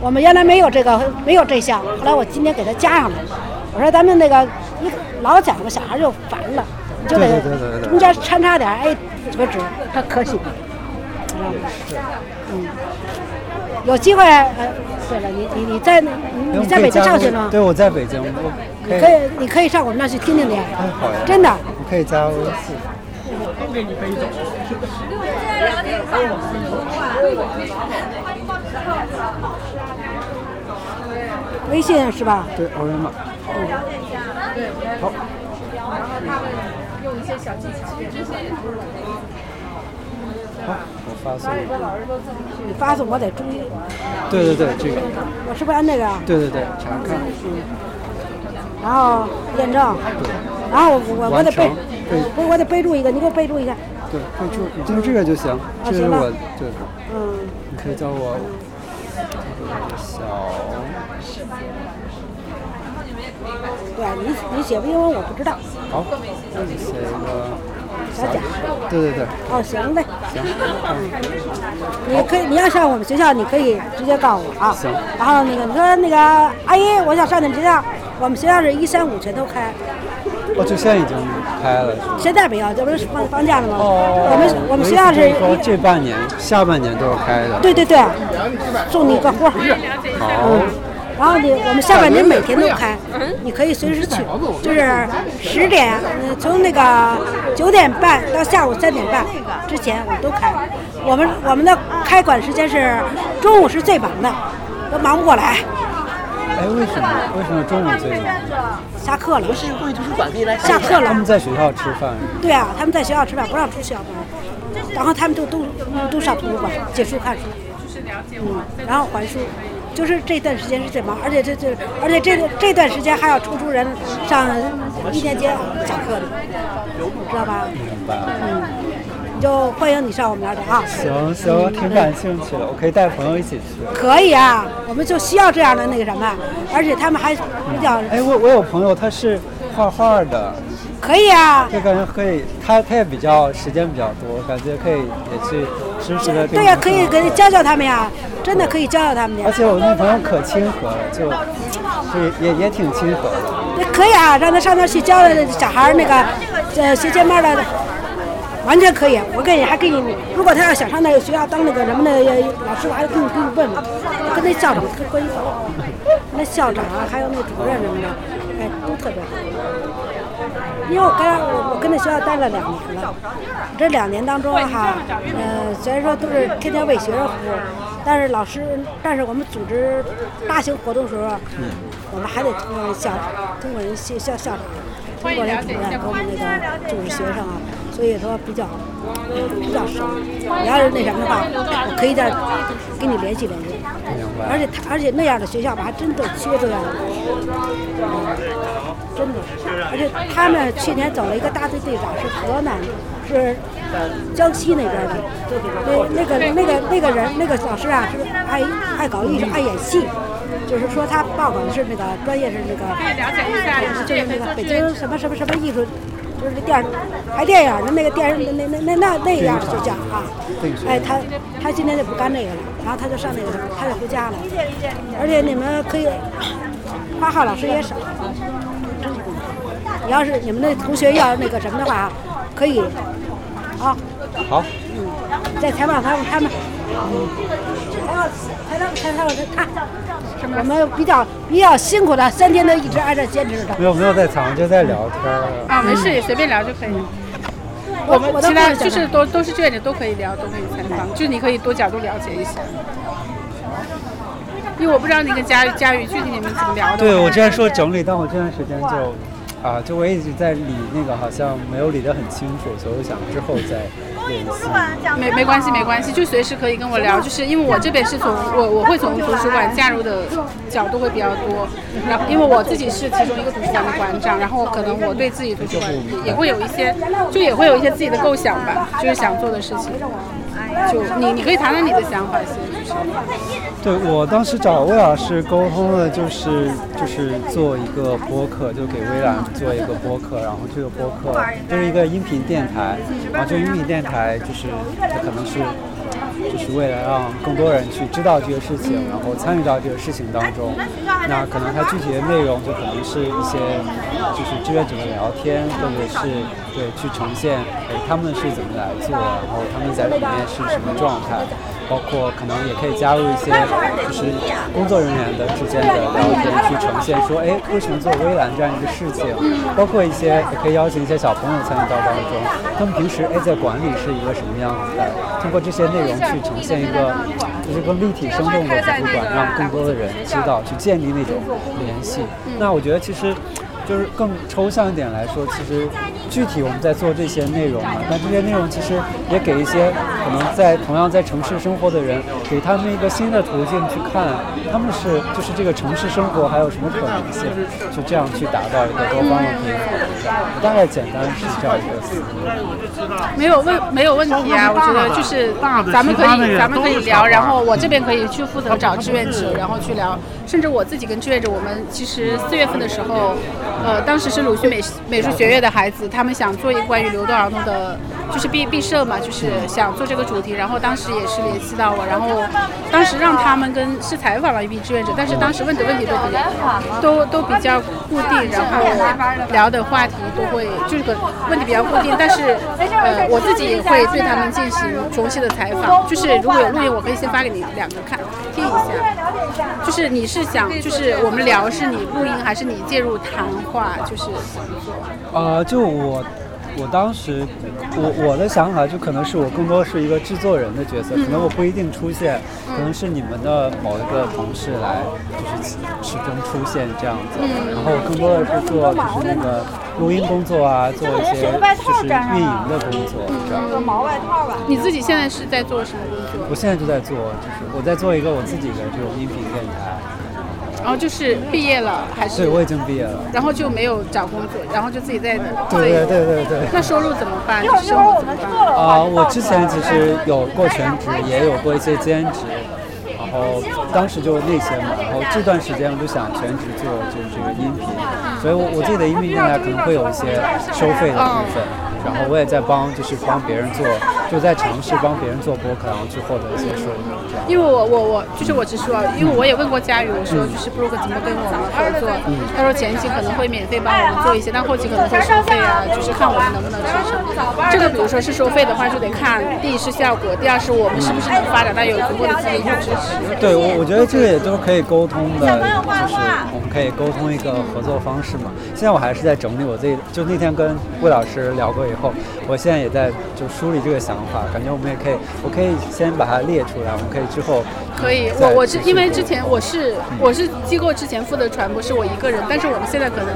Speaker 14: 我们原来没有这个没有这项，后来我今天给他加上了。我说咱们那个一老讲吧，小孩就烦了，你就得
Speaker 1: 对对对对对
Speaker 14: 中间穿插点哎折纸，他可喜欢。嗯，有机会，呃，对了，你你你在你
Speaker 1: 哎
Speaker 14: 你在北京上学吗？
Speaker 1: 对，我在北京，我可
Speaker 14: 你
Speaker 1: 以
Speaker 14: 可以你可以上我们那去听听去，
Speaker 1: 太好呀！
Speaker 14: 真的。
Speaker 1: 我可以加微信。
Speaker 6: 我都给你背走。
Speaker 14: 微信是吧？
Speaker 1: 对，二维码。
Speaker 11: 对，
Speaker 1: 好。
Speaker 11: 然后他会用一些小技巧。
Speaker 1: 好，我发送。
Speaker 14: 你发送我得注意，
Speaker 1: 对对对，这个，
Speaker 14: 我是不是按那个？
Speaker 1: 对对对，查看。
Speaker 14: 嗯然后验证，然后我我我得备
Speaker 1: 完成对，
Speaker 14: 不是我得备注一个，你给我备注一下。
Speaker 1: 对，备注，你就这个就行。这是
Speaker 14: 哦行吧
Speaker 1: 我，对，
Speaker 14: 嗯，
Speaker 1: 你可以叫我小。
Speaker 14: 对你你写不英文我不知道。
Speaker 1: 好，那你写一个
Speaker 14: 小贾
Speaker 1: 对对对，
Speaker 14: 哦，行呗。
Speaker 1: 行。
Speaker 14: 你可以，你要上我们学校，你可以直接告诉我啊。
Speaker 1: 行
Speaker 14: 然后那个，你说那个阿姨，我想上你们学校，我们学校是一三五全都开，
Speaker 1: 哦，就现在已经开了。是吗
Speaker 14: 现在没有，这不是放放假了吗？
Speaker 1: 哦
Speaker 14: 我们我们学校是
Speaker 1: 意思就是说这
Speaker 14: 啊
Speaker 1: 半年、下半年都是开的。
Speaker 14: 对对对，送你一个花。
Speaker 1: 好，
Speaker 14: 嗯然后你我们下半年每天都开
Speaker 3: 嗯，
Speaker 14: 你可以随时去，就是十点，呃从那个九点半到下午三点半之前我都开。我们我们的开馆时间是中午是最忙的，都忙不过来，
Speaker 1: 哎，为什么为什么中午最忙？
Speaker 14: 下课了。不是
Speaker 6: 会图书馆可以来
Speaker 14: 下课
Speaker 1: 他
Speaker 14: 了
Speaker 1: 们。在学校吃饭，
Speaker 14: 对啊，他们在学校吃饭不让出校门，然后他们就都都上图书馆借书看书，嗯，然后还书，就是这段时间是最忙，而且这这而且这这段时间还要抽出人上一年级讲课的，知道吧？
Speaker 1: 明白了。
Speaker 14: 嗯，你就欢迎你上我们那儿的啊。
Speaker 1: 行行，挺感兴趣的，我可以带朋友一起去。
Speaker 14: 可以啊，我们就需要这样的那个什么，而且他们还比较
Speaker 1: 哎，我我有朋友他是画画的，
Speaker 14: 可以啊。
Speaker 1: 就感觉可以，他他也比较时间比较多，感觉可以也去时不时的。
Speaker 14: 对呀、可以给教教他们呀，真的可以教教他们
Speaker 1: 而
Speaker 14: 的。
Speaker 1: 且我那朋友可亲和了，就就也也也挺亲和的。
Speaker 14: 那可以啊，让他上那儿去教小孩儿那个，呃，学前班的，完全可以。啊我跟你还给你，如果他要想上那个学校当那个什么的呃老师，我还给你给你问问，跟那校长跟关系好，那校长啊，还有那主任什么的，哎，都特别好。因为我刚我我跟那学校待了两年了，这两年当中哈，呃，虽然说都是天天为学生服务，但是老师，但是我们组织大型活动的时候，啊我们还得通过校通过人校校校长，通过人主任给我们那个组织学生啊，所以说比较比较熟。你要是那什么的话，我可以再跟你联系联系。而且他而且那样的学校吧，还真的缺这样的老师，嗯真的。而且他们去年走了一个大队队长，是河南的，是江西那边的。那那个那个那个人那个老师啊，是爱爱搞艺术，爱演戏。就是说他报考的是那个专业是那个，就是那个北京什么什么什么艺术，就是电视拍电影的那个电视那那那那那样的学校啊。哎，他他今天就不干这个了，然后他就上那个，他就回家了。而且你们可以，画画老师也少。你要是你们那同学要那个什么的话，可以啊，
Speaker 1: 好，
Speaker 14: 再采访他们他们。哦采访采访采访他，我们比较比较辛苦的，三天都一直按照坚持的。
Speaker 1: 没有没有在藏，就在聊天儿。
Speaker 11: 啊，没事，也随便聊就可以。
Speaker 14: 我
Speaker 11: 们
Speaker 14: 我都
Speaker 11: 其
Speaker 14: 不
Speaker 11: 他
Speaker 14: 知道
Speaker 11: 就是都都是志愿者，都可以聊，都可以采访，就是你可以多角度了解一下。因为我不知道你跟佳宇佳宇具体你们怎么聊的。
Speaker 1: 对我之前说整理，但我这段时间就。啊，就我一直在理那个，好像没有理得很清楚，所以我想之后再练习。
Speaker 11: 没没关系，没关系，就随时可以跟我聊。就是因为我这边是从我我会从图书馆加入的角度会比较多，然后因为我自己是其中一个图书馆的馆长，然后可能我对自己图书馆也会有一些，就也会有一些自己的构想吧，就是想做的事情。就你你可以谈谈你的想法先，就是
Speaker 1: 对我当时找魏老师沟通了，就是就是做一个播客，就给微蓝做一个播客，然后这个播客就是一个音频电台，然后这个音频电台就是它可能是就是为了让更多人去知道这个事情，然后参与到这个事情当中。那可能它具体的内容就可能是一些就是志愿者的聊天，或者是对去呈现哎他们是怎么来做，然后他们在里面是什么状态，包括可能也可以加入一些就是工作人员的之间的聊天，去呈现说哎为什么做微蓝这样一个事情，包括一些也可以邀请一些小朋友参与到当中，他们平时哎在馆里是一个什么样子的，通过这些内容去呈现一个就是更立体生动的图书馆，让更多的人知道去建立那种联系。那我觉得其实。就是更抽象一点来说，其实具体我们在做这些内容嘛，但这些内容其实也给一些可能在同样在城市生活的人，给他们一个新的途径去看他们是就是这个城市生活还有什么可能性，就这样去达到一个多方面平衡的一个。大概简单是这样一个思路。
Speaker 11: 没有问没有问题啊，我觉得就是咱们可以咱们可以聊，然后我这边可以去负责找志愿者，然后去聊，甚至我自己跟志愿者，我们其实四月份的时候，呃，当时是鲁迅美美术学院的孩子，他们想做一个关于刘德尔东的，就是毕毕设嘛，就是想做这这个主题，然后当时也是联系到我，然后当时让他们跟是采访了一批志愿者，但是当时问的问题都比较都都比较固定，然后聊的话题都会就是个问题比较固定，但是呃我自己也会对他们进行详细的采访，就是如果有录音，我可以先发给你两个看听一下，就是你是想就是我们聊是你录音还是你介入谈话，就是
Speaker 1: 呃，就我，我当时，我我的想法就可能是我更多是一个制作人的角色，
Speaker 11: 嗯
Speaker 1: 可能我不一定出现，
Speaker 11: 嗯
Speaker 1: 可能是你们的某一个同事来，就是始始终出现这样子。
Speaker 11: 嗯
Speaker 1: 然后我更多的是做就是那个录音工作啊，做一些就是运营的工作这样。
Speaker 11: 毛外套吧。你自己现在是在做什么工作？
Speaker 1: 我现在就在做，就是我在做一个我自己的这种音频电台。
Speaker 11: 然后就是毕业了还是？
Speaker 1: 对，我已经毕业了。
Speaker 11: 然后就没有找工作，然后就自己在
Speaker 1: 对对对对对。
Speaker 11: 那收入怎么办？生活怎么办？
Speaker 1: 啊、我之前其实有过全职，也有过一些兼职，然后当时就那些嘛，然后这段时间我就想全职做就是这个音频，所以我我自己的音频电台可能会有一些收费的部分，然后我也在帮就是帮别人做，就在尝试帮别人做播客，然后去获得一些收入这样。
Speaker 11: 因为我我我就是我直说，啊因为我也问过佳宇，我说就是 b r o k 怎么跟我们合作啊
Speaker 1: 嗯，
Speaker 11: 他说前期可能会免费帮我们做一些，但后期可能会收费啊，就是看我们能不能支撑。这个比如说是收费的话，就得看第一是效果，第二是我们是不是能发展到有足够的资金去支持。
Speaker 1: 对我，我觉得这个也都是可以沟通的，就是我们可以沟通一个合作方式嘛。现在我还是在整理我自己，就那天跟魏老师聊过以后，我现在也在就梳理这个想法，感觉我们也可以，我可以先把它列出来，我们可以之后
Speaker 11: 可以，
Speaker 1: 再
Speaker 11: 我我是
Speaker 1: 继续
Speaker 11: 因为
Speaker 1: 沟
Speaker 11: 之前我是我是机构之前负责传播是我一个人，但是我们现在可能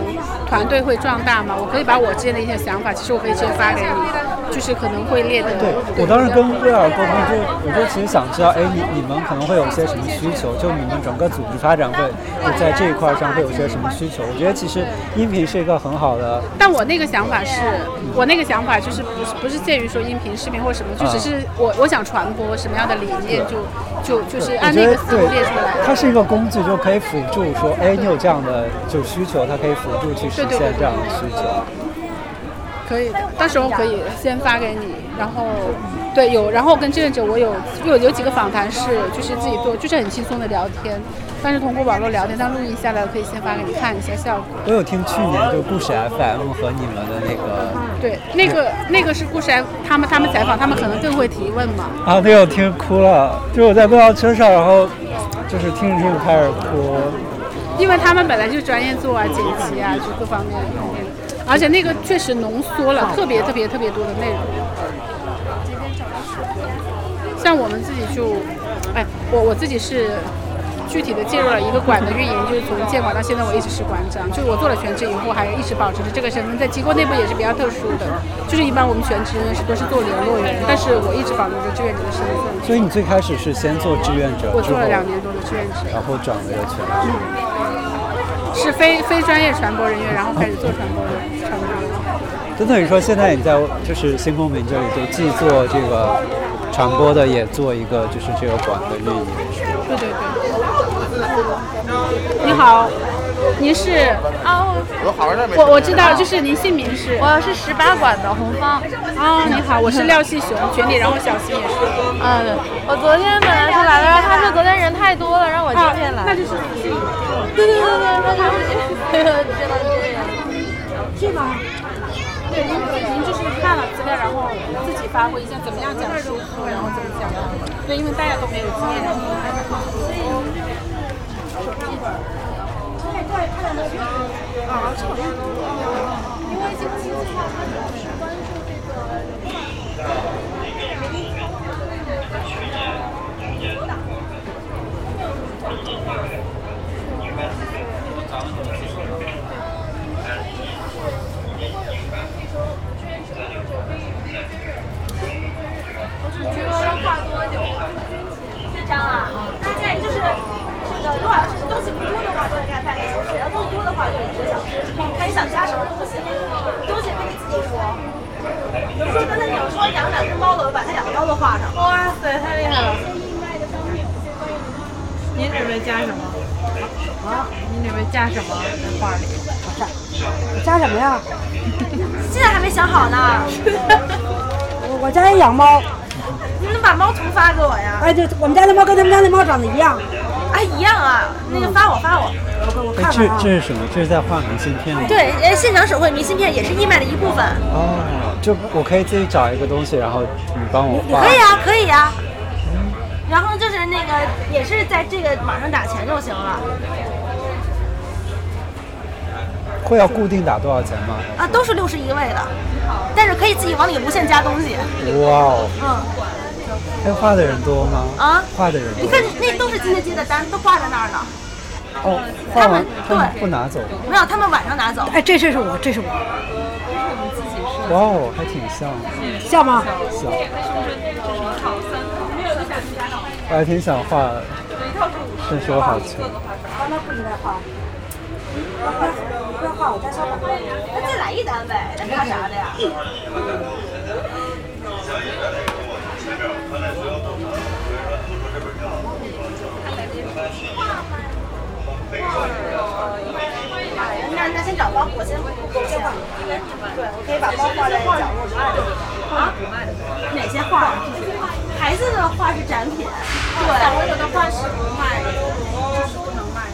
Speaker 11: 团队会壮大嘛，我可以把我之前的一些想法，其实我可以直接发给你，就是可能会列的。
Speaker 1: 对，我当时跟威尔沟通，就我就其实想知道，哎，你你们可能会有些什么需求？就你们整个组织发展会会在这一块儿上会有些什么需求？我觉得其实音频是一个很好的，
Speaker 11: 但我那个想法是，我那个想法就是不是不是介于说音频、视频或什么，就
Speaker 1: 啊
Speaker 11: 只是我我想传播什么样的理念，就就就是
Speaker 1: 对
Speaker 11: 按
Speaker 1: 我
Speaker 11: 那
Speaker 1: 觉
Speaker 11: 个
Speaker 1: 得
Speaker 11: 思
Speaker 1: 对
Speaker 11: 路列出来。，
Speaker 1: 它是一个工具，就可以辅助说，哎，你有这样的就需求，它可以辅助去实
Speaker 11: 对对
Speaker 1: 现
Speaker 11: 对
Speaker 1: 这样的需求。
Speaker 11: 可以的，到时候可以先发给你，然后对有，然后跟志愿者我有有有几个访谈是就是自己做，就是很轻松的聊天，但是通过网络聊天，但录音下来我可以先发给你看一下效果。
Speaker 1: 我有听去年就故事 FM 和你们的那个
Speaker 11: 对，那个那个是故事 F，他们他们采访，他们可能更会提问嘛。
Speaker 1: 啊，那个我听哭了，就是我在公交车上，然后就是听着听着开始哭。
Speaker 11: 因为他们本来就专业做啊、剪辑啊，就各方面的内容，而且那个确实浓缩了特别特别特别多的内容。像我们自己就，哎，我我自己是具体的介入了一个馆的运营，就是从建馆到现在，我一直是馆长。就我做了全职以后，还一直保持着这个身份，在机构内部也是比较特殊的。就是一般我们全职人士都是做联络员，但是我一直保留着志愿者的身份。
Speaker 1: 所以你最开始是先做志愿者，
Speaker 11: 我做
Speaker 1: 之后
Speaker 11: 了两年多的志愿者，
Speaker 1: 然后转为了全职。
Speaker 11: 是非非专业传播人员，然后开始做传播人传播人。
Speaker 1: 就等于说，现在你在就是新公民这里，就既做这个传播的，也做一个就是这个馆的运营。
Speaker 11: 对对对。你好，您是？哦，
Speaker 10: 有好玩的没？
Speaker 11: 我我知道，就是您姓名是？
Speaker 15: 我是十八馆的红芳。
Speaker 11: 哦，你好，我是廖细雄，全体，然后小新也是。
Speaker 15: 嗯，我昨天本来是来的，然后他说昨天人太多了，让我今天来。那
Speaker 11: 就是你姓
Speaker 15: 对对对对，那就是。
Speaker 11: 是吗？对，您您就是看了资料，然后自己发挥一下怎么样讲舒服，然后怎么讲。对，因为大家都没有经验。
Speaker 8: 呃
Speaker 14: 啊
Speaker 15: 哇塞，太厉害了！
Speaker 8: 您准备加什么？
Speaker 15: 啊，
Speaker 8: 您准备加什么在画里？
Speaker 14: 加什么呀？
Speaker 5: 现在还没想好呢。
Speaker 14: 我我家也养猫，
Speaker 5: 你
Speaker 14: 你能把猫图发给我呀？哎，对，我们家那猫跟他们家那猫长得一样。
Speaker 5: 哎，一样啊，那个发我发我。
Speaker 14: 我
Speaker 1: 哎，
Speaker 14: 看
Speaker 1: 这
Speaker 14: 看啊
Speaker 1: 这。是什么？这是在画明信片吗？
Speaker 5: 对，哎，现场手绘明信片也是义卖的一部分。
Speaker 1: 哦，就我可以自己找一个东西，然后你帮我画。
Speaker 5: 可以啊，可以啊。然后就是那个，也是在这个网上打钱就行了
Speaker 1: 会要固定打多少钱吗？
Speaker 5: 啊，都是六十一位的，但是可以自己往里无限加东西。
Speaker 1: 哇哦，
Speaker 5: 嗯
Speaker 1: 哎，画的人多吗？
Speaker 5: 啊，
Speaker 1: 画的人多
Speaker 5: 你
Speaker 1: 吗。
Speaker 5: 看那都是金街街的单，都挂在那儿呢。
Speaker 1: 哦，画完他
Speaker 5: 他们
Speaker 1: 们
Speaker 5: 对
Speaker 1: 不拿走。
Speaker 5: 没有，他们晚上拿走。
Speaker 14: 哎，这事是我，这是我，
Speaker 1: 哇哦，还挺像的。
Speaker 14: 像吗？
Speaker 1: 像。我还挺想画，但是我好穷。
Speaker 14: 刚才不应该画。不要画，我家小宝宝。
Speaker 5: 那再来一单呗，那怕啥的呀？那那先找包，我先我先画。对，我可以把包画在角落里。啊？哪些画？孩子的画是展品，对，我有的画是不卖的，就是不能卖的。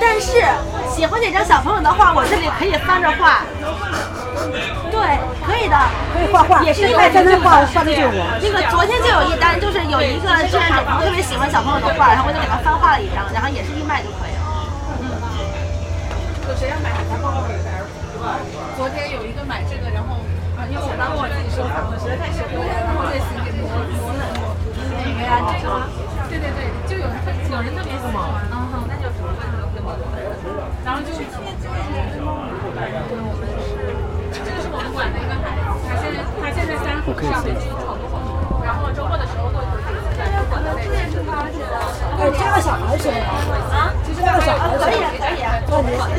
Speaker 5: 但是喜欢哪张小朋友的画，我这里可以翻着画。对，可以的，
Speaker 14: 可以画画
Speaker 5: 也是因
Speaker 14: 哎
Speaker 5: 为
Speaker 14: 在那画画的
Speaker 5: 这
Speaker 14: 就是我
Speaker 5: 那个昨天就有一单，就是有一个志愿者朋友特别喜欢小朋友的画，然后我就给他翻画了一张，然后也是义卖就可以了。
Speaker 8: 嗯
Speaker 5: 嗯
Speaker 8: 谁要买他帮我昨天有一个买这个，然后啊，因为我当我自己收藏的，实在太舍不得了，我也心给摸了。那个呀，这个吗？对对对，就有人特有人特别喜欢，嗯，那就什么问题都跟我然后就是今天今天是猫咪，我们是这个是我们馆的一个孩子，他现在他现在三岁，上学期好多好多，然后周末的时候都有孩子在馆内。
Speaker 14: 哎，这个小孩行吗？
Speaker 5: 啊，
Speaker 14: 其实这个小孩
Speaker 5: 可以啊，可以啊。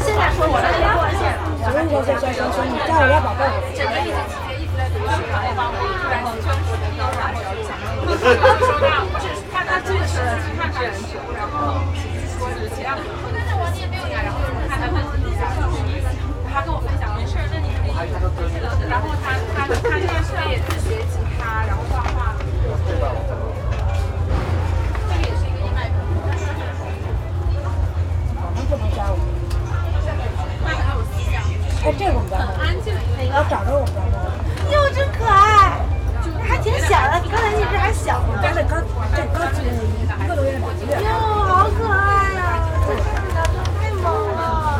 Speaker 5: 现在说我的没关系。
Speaker 14: 行行行行行行，你加我家宝贝。
Speaker 8: 整个疫情期间一直在读书，然后帮我突然全部的到啥时候想到
Speaker 14: 不
Speaker 8: 收纳，不是他他这个是他是人手，然后说是其他，但是我也没有呀，然后他他他他跟我分享没事，那你可以，然后他他他现在也自学吉他，然后画画，这个也是一个义卖品。
Speaker 14: 不能加我。哎，这个我们家那个要找着我们家
Speaker 5: 哟，真可爱，还挺小的，比刚才那只还小呢。但是刚这刚进一个多月，两个月。哟，好可爱呀、真是的，太萌了。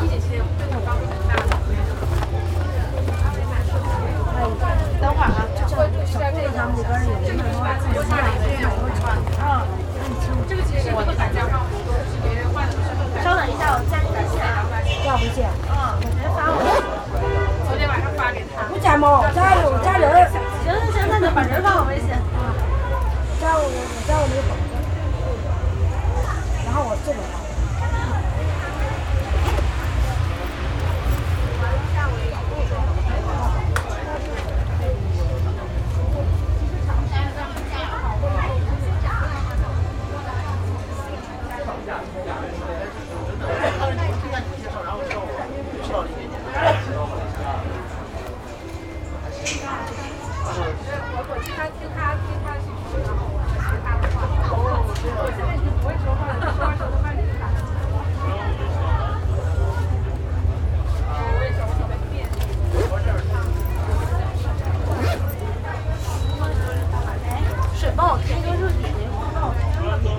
Speaker 5: 等会儿啊，这小布的咱们里边有这个画，有画里边有画。嗯，这个其实是我的版家画，是别人画的，稍等一下，我加你的线啊，
Speaker 14: 加回去。
Speaker 5: 嗯，我先发我。昨天晚上发给他。
Speaker 14: 不加猫，加我加人儿。
Speaker 5: 行行行，那就把人放我微信。
Speaker 14: 加我我加我那个宝贝。然后我这个。
Speaker 8: 他听他听他去学，然后我学他的话，我现在已经不会说话了，说话说的慢点。
Speaker 5: 水帮我开个热水壶，帮我开热水壶，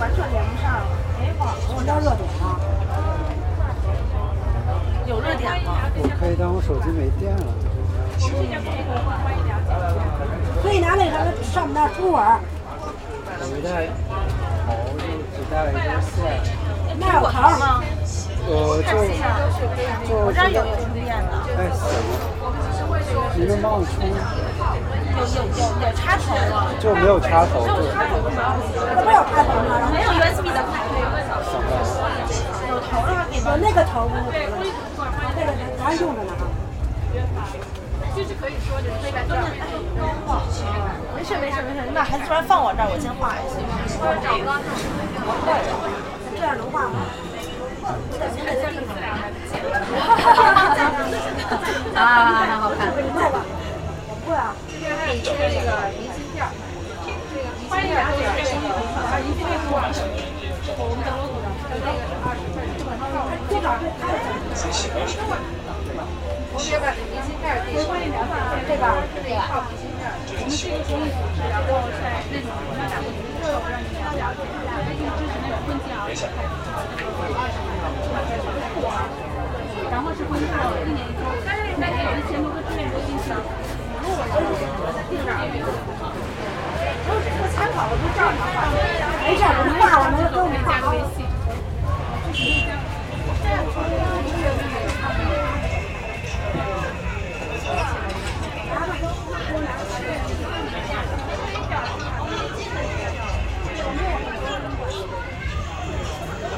Speaker 5: 完全连不上了。哎，
Speaker 14: 我们家热点啊。
Speaker 5: 有热点吗？
Speaker 1: 我可以，但我手机没电了。
Speaker 14: 可以拿那啥上我们那猪耳，
Speaker 1: 我带头就只带了一根线，
Speaker 14: 那有桃吗？
Speaker 1: 我呃
Speaker 5: 啊
Speaker 1: 就就
Speaker 5: 我这儿有
Speaker 1: 就
Speaker 5: 有充电的，
Speaker 1: 哎行，你能帮我充？
Speaker 5: 有有有有插头啊。
Speaker 1: 就没有插头，就
Speaker 14: 那不是有插头吗？
Speaker 5: 没有 USB 的孔。
Speaker 1: 想到了。嗯
Speaker 5: 有头的话给
Speaker 14: 有那个头吗？那个咱咱用着呢啊。
Speaker 8: 就是可以说就是对白对白。
Speaker 5: 没事没事没事，你把孩子突然放我这儿，我先画一下。
Speaker 14: 这样能画吗？
Speaker 5: 啊，好看。
Speaker 14: 不会啊。
Speaker 8: 一个那个明信片儿，这个明信片儿就是这个啊，一个是我们我们的 logo 的，这个是二十块钱，这个我们也把这明信片儿递上，这个这个一套明信片儿，我们这个从组织，然后在那种什么哪个机构让你们了解一下，因为这是那种婚介啊，然后是婚介一年一周，但是那有一千多个志愿者进行。如果要是我在地上，如果只是参考了，不正常吧？哎
Speaker 14: 没事我们挂我们都
Speaker 8: 加个微信。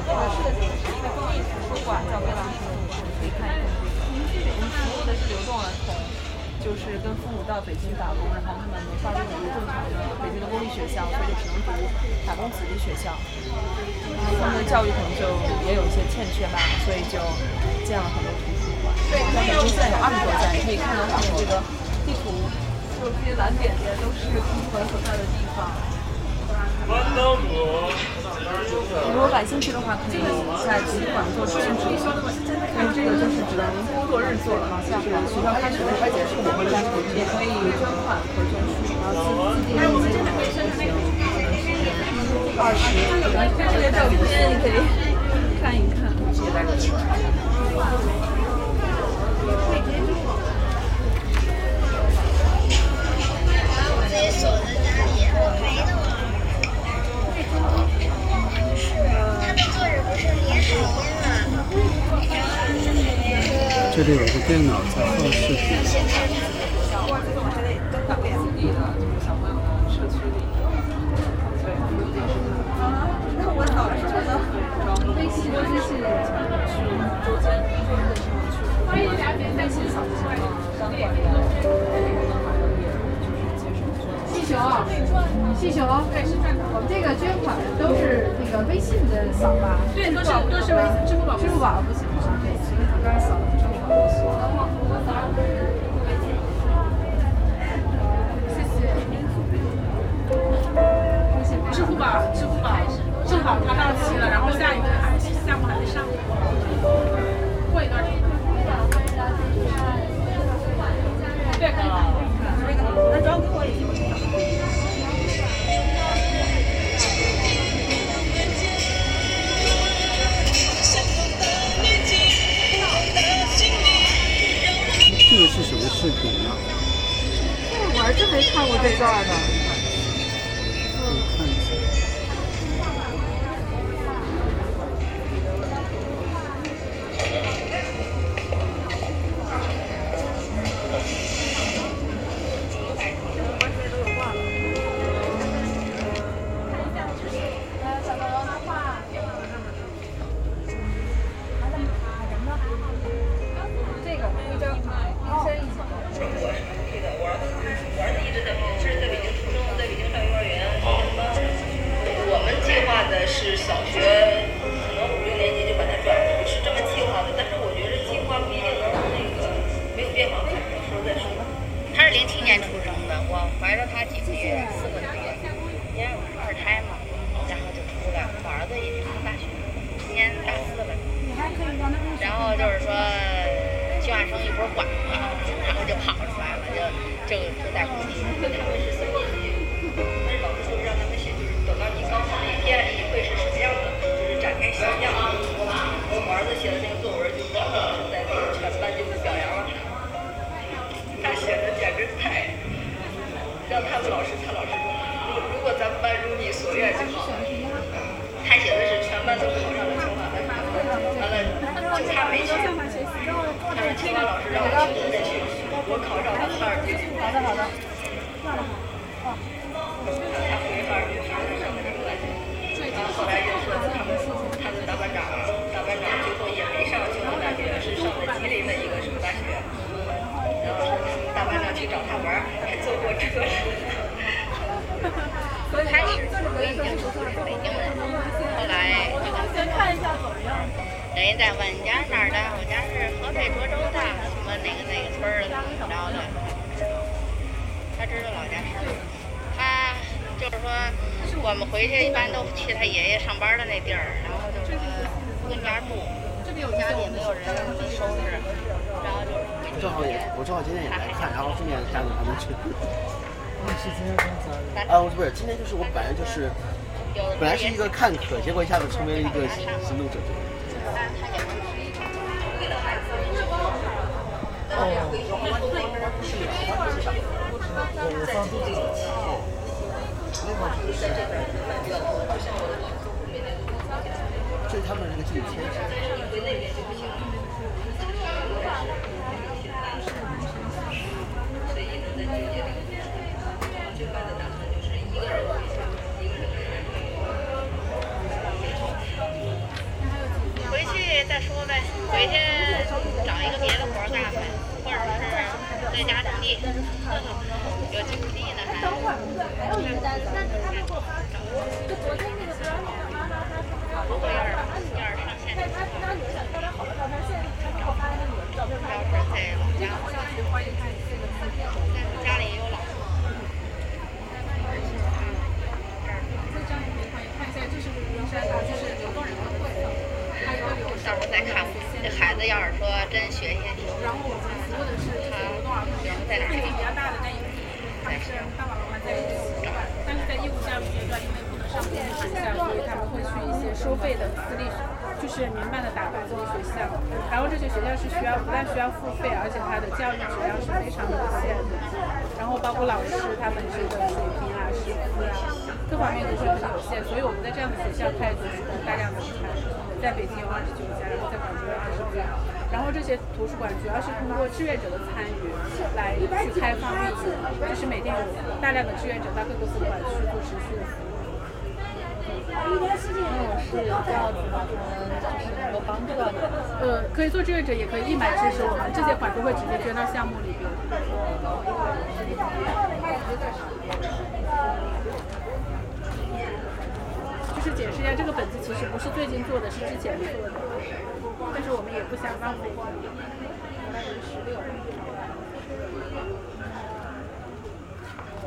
Speaker 3: 图书馆叫贝朗图书馆，可以看一看。我们服务的是流动儿童，就是跟父母到北京打工，然后他们没法入读正常的北京的公立学校，所以就只能读打工子弟学校。然后他们的教育可能就也有一些欠缺吧，所以就建了很多图书馆。在北京现在有二十多家，你可以看到他们这个地图，
Speaker 8: 就这些蓝点点都是图书馆所在的地方。
Speaker 3: 如果感兴趣的话，可以在图书馆做志愿者。但是这个就是只能工作日做了，就是学校开学的时候结束，但是也可以捐款和捐书，然后自己自己买就行。二十，这个照片你可以看一看。
Speaker 1: 这里有个电脑在放视频。
Speaker 8: 气球，气球，对，是正常。我们这个捐款都是那个微信的扫码，对，都是都是微信、支付宝、支付宝不行，对，我刚才扫了支付宝不行。谢谢。支付宝，支付宝，正好它到期了，然后下一个还项目还没上，过一段时间。对，可以看一看。那只要给我一
Speaker 1: 这个是什么视频呢？
Speaker 8: 我还真没看过这段呢。这个徽章，一身一
Speaker 3: 嗯
Speaker 16: 我们计划的是小学可能五六年级就把它转过去，是这么计划的。但是我觉得计划不一定能那个没有变化，看到时候再说。他是零七年出生的，我怀着他几个月，四个多月，因为我是二胎嘛，然后就出来。我儿子也上大学，今年大四了。然后就是说计划生育不是管不了，然后就跑出来了，就就就在工体。他们是随意日老师让他们写，就是等到你高考那天，你会是什么样的，就是展开想象。我我儿子写的那个作文，就是当时在那个全班就是表扬了他，他写的简直太让他们老师，他老师说，如果咱们班如你所愿就好。他写的是全班都考上了清华大学，完了他没去，他说清华老师让我去，我得去，我考上了哈尔滨。好的好的。去找他玩儿，还坐过车。
Speaker 3: 他是北京出
Speaker 8: 啊
Speaker 3: 生是北京人，后来
Speaker 16: 先看一下怎么样。等于再问你家是哪儿的？我家是河北涿州的，什么哪个哪个村儿的，怎么着的？
Speaker 8: 他这是老家事儿。他就是说，我们回去一般都去他爷爷上班的那地儿，然后就是跟家住，家里也没有人收拾，然后就是回去
Speaker 7: 正好也，我正好今天也来看，然后顺便带着他们去。
Speaker 17: 我也是今天刚加入。
Speaker 7: 啊，我不是，今天就是我本来就是，本来是一个看客，结果一下子成为了一个行动者。这是他们那个自己签的。
Speaker 8: 回去再说呗，回去找一个别的活儿干呗，或者是在家种地，有经济呢还。到时候再看吧，这孩子要是说真学习挺好，然后我们服务的是就是流动儿童，然后在哪儿？比较大的那一个，还是爸爸妈妈在一起，但是在义务教育阶段，因为不能上公
Speaker 11: 暑假，所以他们会去一些收费的私立，就是民办的打工学校。然后这些学校是需要不但需要付费，而且它的教育质量是非常有限的。然后包括老师他本身的水平啊、师资啊，各方面都是很有限。所以我们在这样的学校开图书馆大量的产，在北京有二十九家，然后在广州有二十家。然后这些图书馆主要是通过志愿者的参与来去开放义务，就是每天有大量的志愿者到各个图书馆去做嗯持续的服务。
Speaker 18: 是要怎么就是能够帮助到你？
Speaker 11: 呃，可以做志愿者，也可以义卖支持我们，这些款都会直接捐到项目里边。就是解释一下，这个本子其实不是最近做的，是之前做的，但是我们也不想让曝光。十六。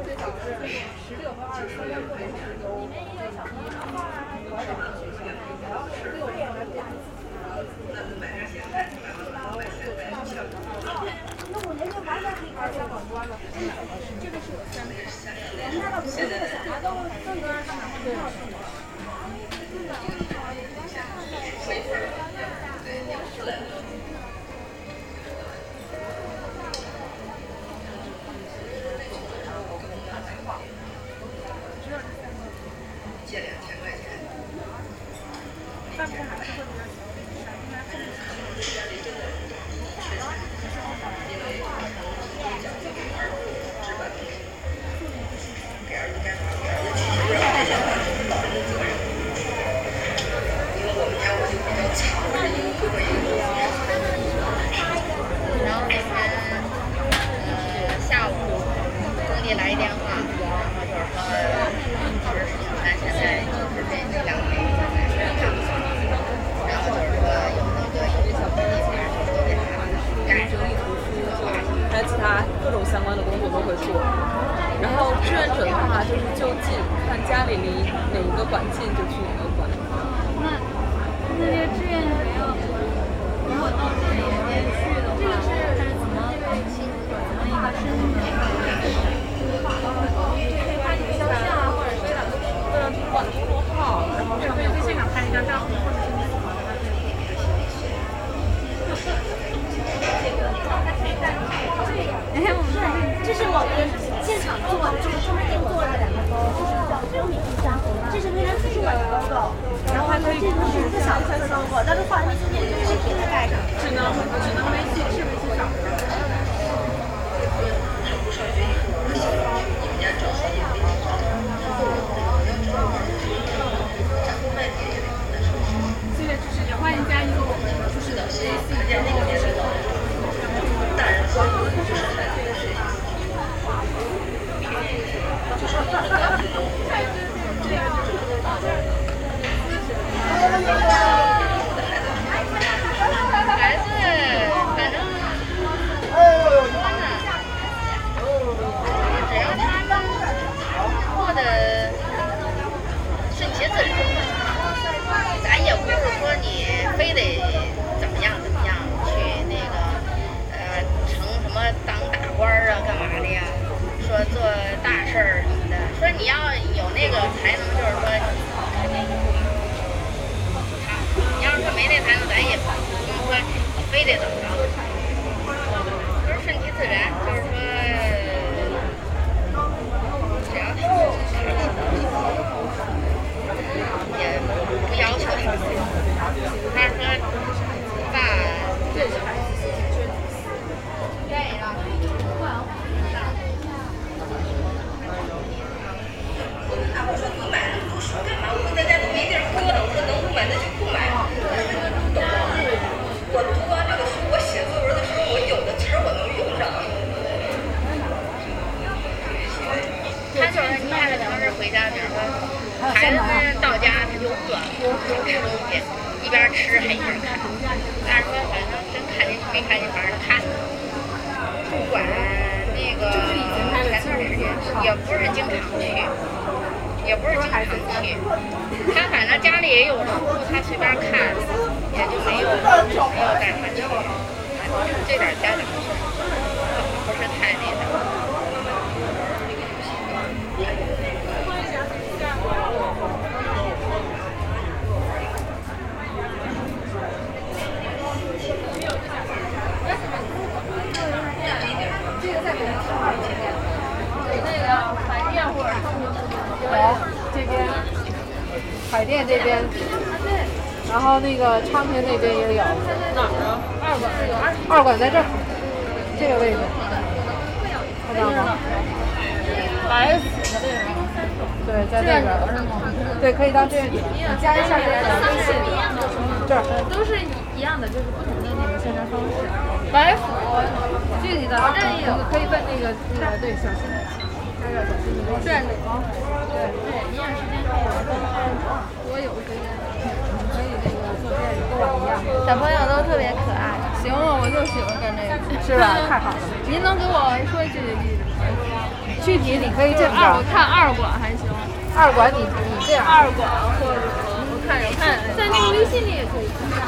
Speaker 11: 最早是十六和二十三个人由
Speaker 8: 借两千块钱。然后那天，呃，下午工地来一电话，然后就是说，就是咱现在就是这这两个月在干不上，然后就是说有那个有小工地方就给他盖上，
Speaker 19: 还有其他各种相关的工作都会做。然后志愿者的话，就是就近，看家里离哪一个馆近就去哪个馆。
Speaker 16: 那这个志愿者要如果到这里面去的话，它是怎么怎么一个申请的方式？
Speaker 8: 啊
Speaker 11: 在现场拍一张照片，或者是你
Speaker 5: 哎，我们这是我们现场做，就是专门做的，就是证明一下。
Speaker 16: 呃啊但是说好像真看进去没看进去，反正看不管那个前段时间也不是经常去，也不是经常去。他反正家里也有书，他随便看，也就没有没有带他去。反正这点家长是不是太那什么。
Speaker 15: 这边海淀这边，然后那个昌平那边也有。哪儿啊？二馆有二馆 在这儿，这个位置。看到吗？来死的对，在这边。对，可以当志愿者。你加一下这个微信。这儿
Speaker 20: 都是一样的，就是不同的那个宣传方式。
Speaker 15: 白府
Speaker 20: 具体的
Speaker 15: 这也有
Speaker 20: 可以问那个那个对小新的，那个小新的
Speaker 15: 转
Speaker 20: 的
Speaker 15: 光。
Speaker 20: 对对，营养时间可以来问。我有时间可以那个做这个跟我一样。
Speaker 15: 小朋友都特别可爱，形容我就喜欢干这个，
Speaker 20: 是吧太好了
Speaker 15: 您能给我说一句例子吗？
Speaker 20: 具体你可以这么
Speaker 15: 二，我
Speaker 20: 着，
Speaker 15: 看二馆还行。
Speaker 20: 二馆你你这样
Speaker 15: 二馆或者我看我看，
Speaker 20: 在那个微信里也可以看到。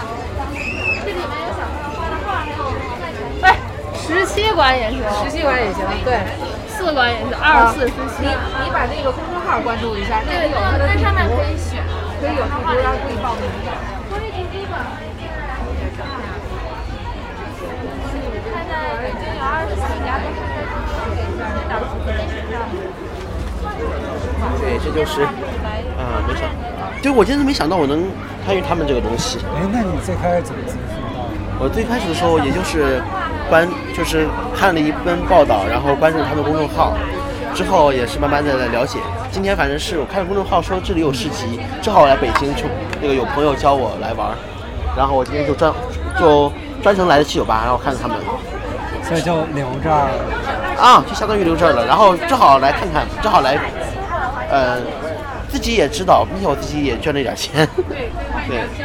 Speaker 20: 这里面有小朋友画的画，还有卖产品。
Speaker 15: 哎，十七馆也行，
Speaker 20: 十七馆也行对，
Speaker 15: 四馆也行，二十四、十七。
Speaker 8: 你你把那个公众号关注一下，那个有它的
Speaker 20: 在
Speaker 8: 地
Speaker 20: 上面
Speaker 8: 图
Speaker 20: 可以选，
Speaker 8: 可以有地图，然后可以报名的。
Speaker 20: 我也挺基本。
Speaker 8: 现在北京有二十四家都是在这打工的学校。
Speaker 7: 对，这就是，啊，没想，对我真是没想到我能参与他们这个东西。
Speaker 1: 哎，那你最开始怎么接触到的？
Speaker 7: 我最开始的时候也就是关，就是看了一篇报道，然后关注他们公众号，之后也是慢慢的在了解。今天反正是我看公众号说这里有市集，正好我来北京就那个有朋友教我来玩儿，然后我今天就专就专程来的七九八，然后看他们
Speaker 1: 所以就留这儿了。
Speaker 7: 啊，就相当于留这儿了，然后正好来看看，正好来，呃，自己也知道，并且我自己也捐了一点钱，对。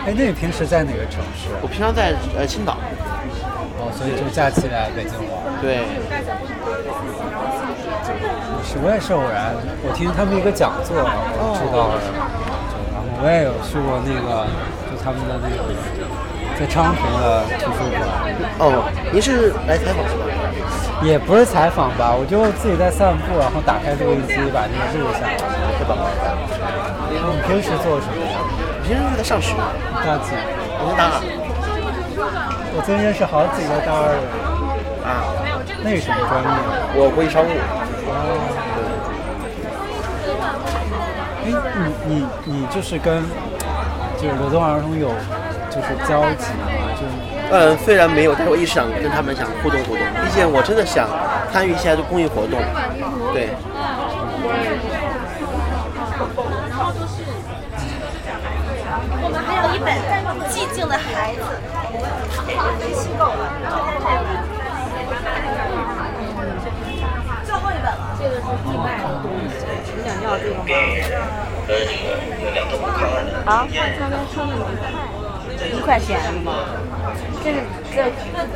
Speaker 1: 哎，那你平时在哪个城市？
Speaker 7: 我平常在呃青岛。
Speaker 1: 哦，所以就假期来北京玩。
Speaker 7: 对，
Speaker 1: 是我也是偶然，我听他们一个讲座，我知道了。就然后我也有去过那个，就他们的那个在昌平的图书馆。
Speaker 7: 哦，您是来采访是吧？
Speaker 1: 也不是采访吧，我就自己在散步，然后打开录音机把那个录下来。
Speaker 7: 是吧？
Speaker 1: 你平时做什么呀？
Speaker 7: 平时在上学。
Speaker 1: 大几？啊
Speaker 7: 我是大二。
Speaker 1: 我最近认识好几个大二的。
Speaker 7: 啊。
Speaker 1: 那是什么专业？
Speaker 7: 我国际商务。
Speaker 1: 哎，你你你就是跟就是罗东儿童有就是交集吗？就是
Speaker 7: 呃，虽然没有，但是我一直想跟他们想互动互动，毕竟我真的想参与一下这公益活动。对，
Speaker 5: 我们还有一本《寂静的孩子》，微信购了，然后这个最后一本了。这个是义卖的东西，你想要这个吗？
Speaker 8: 啊，刚才说的一块钱是吗？呃这个这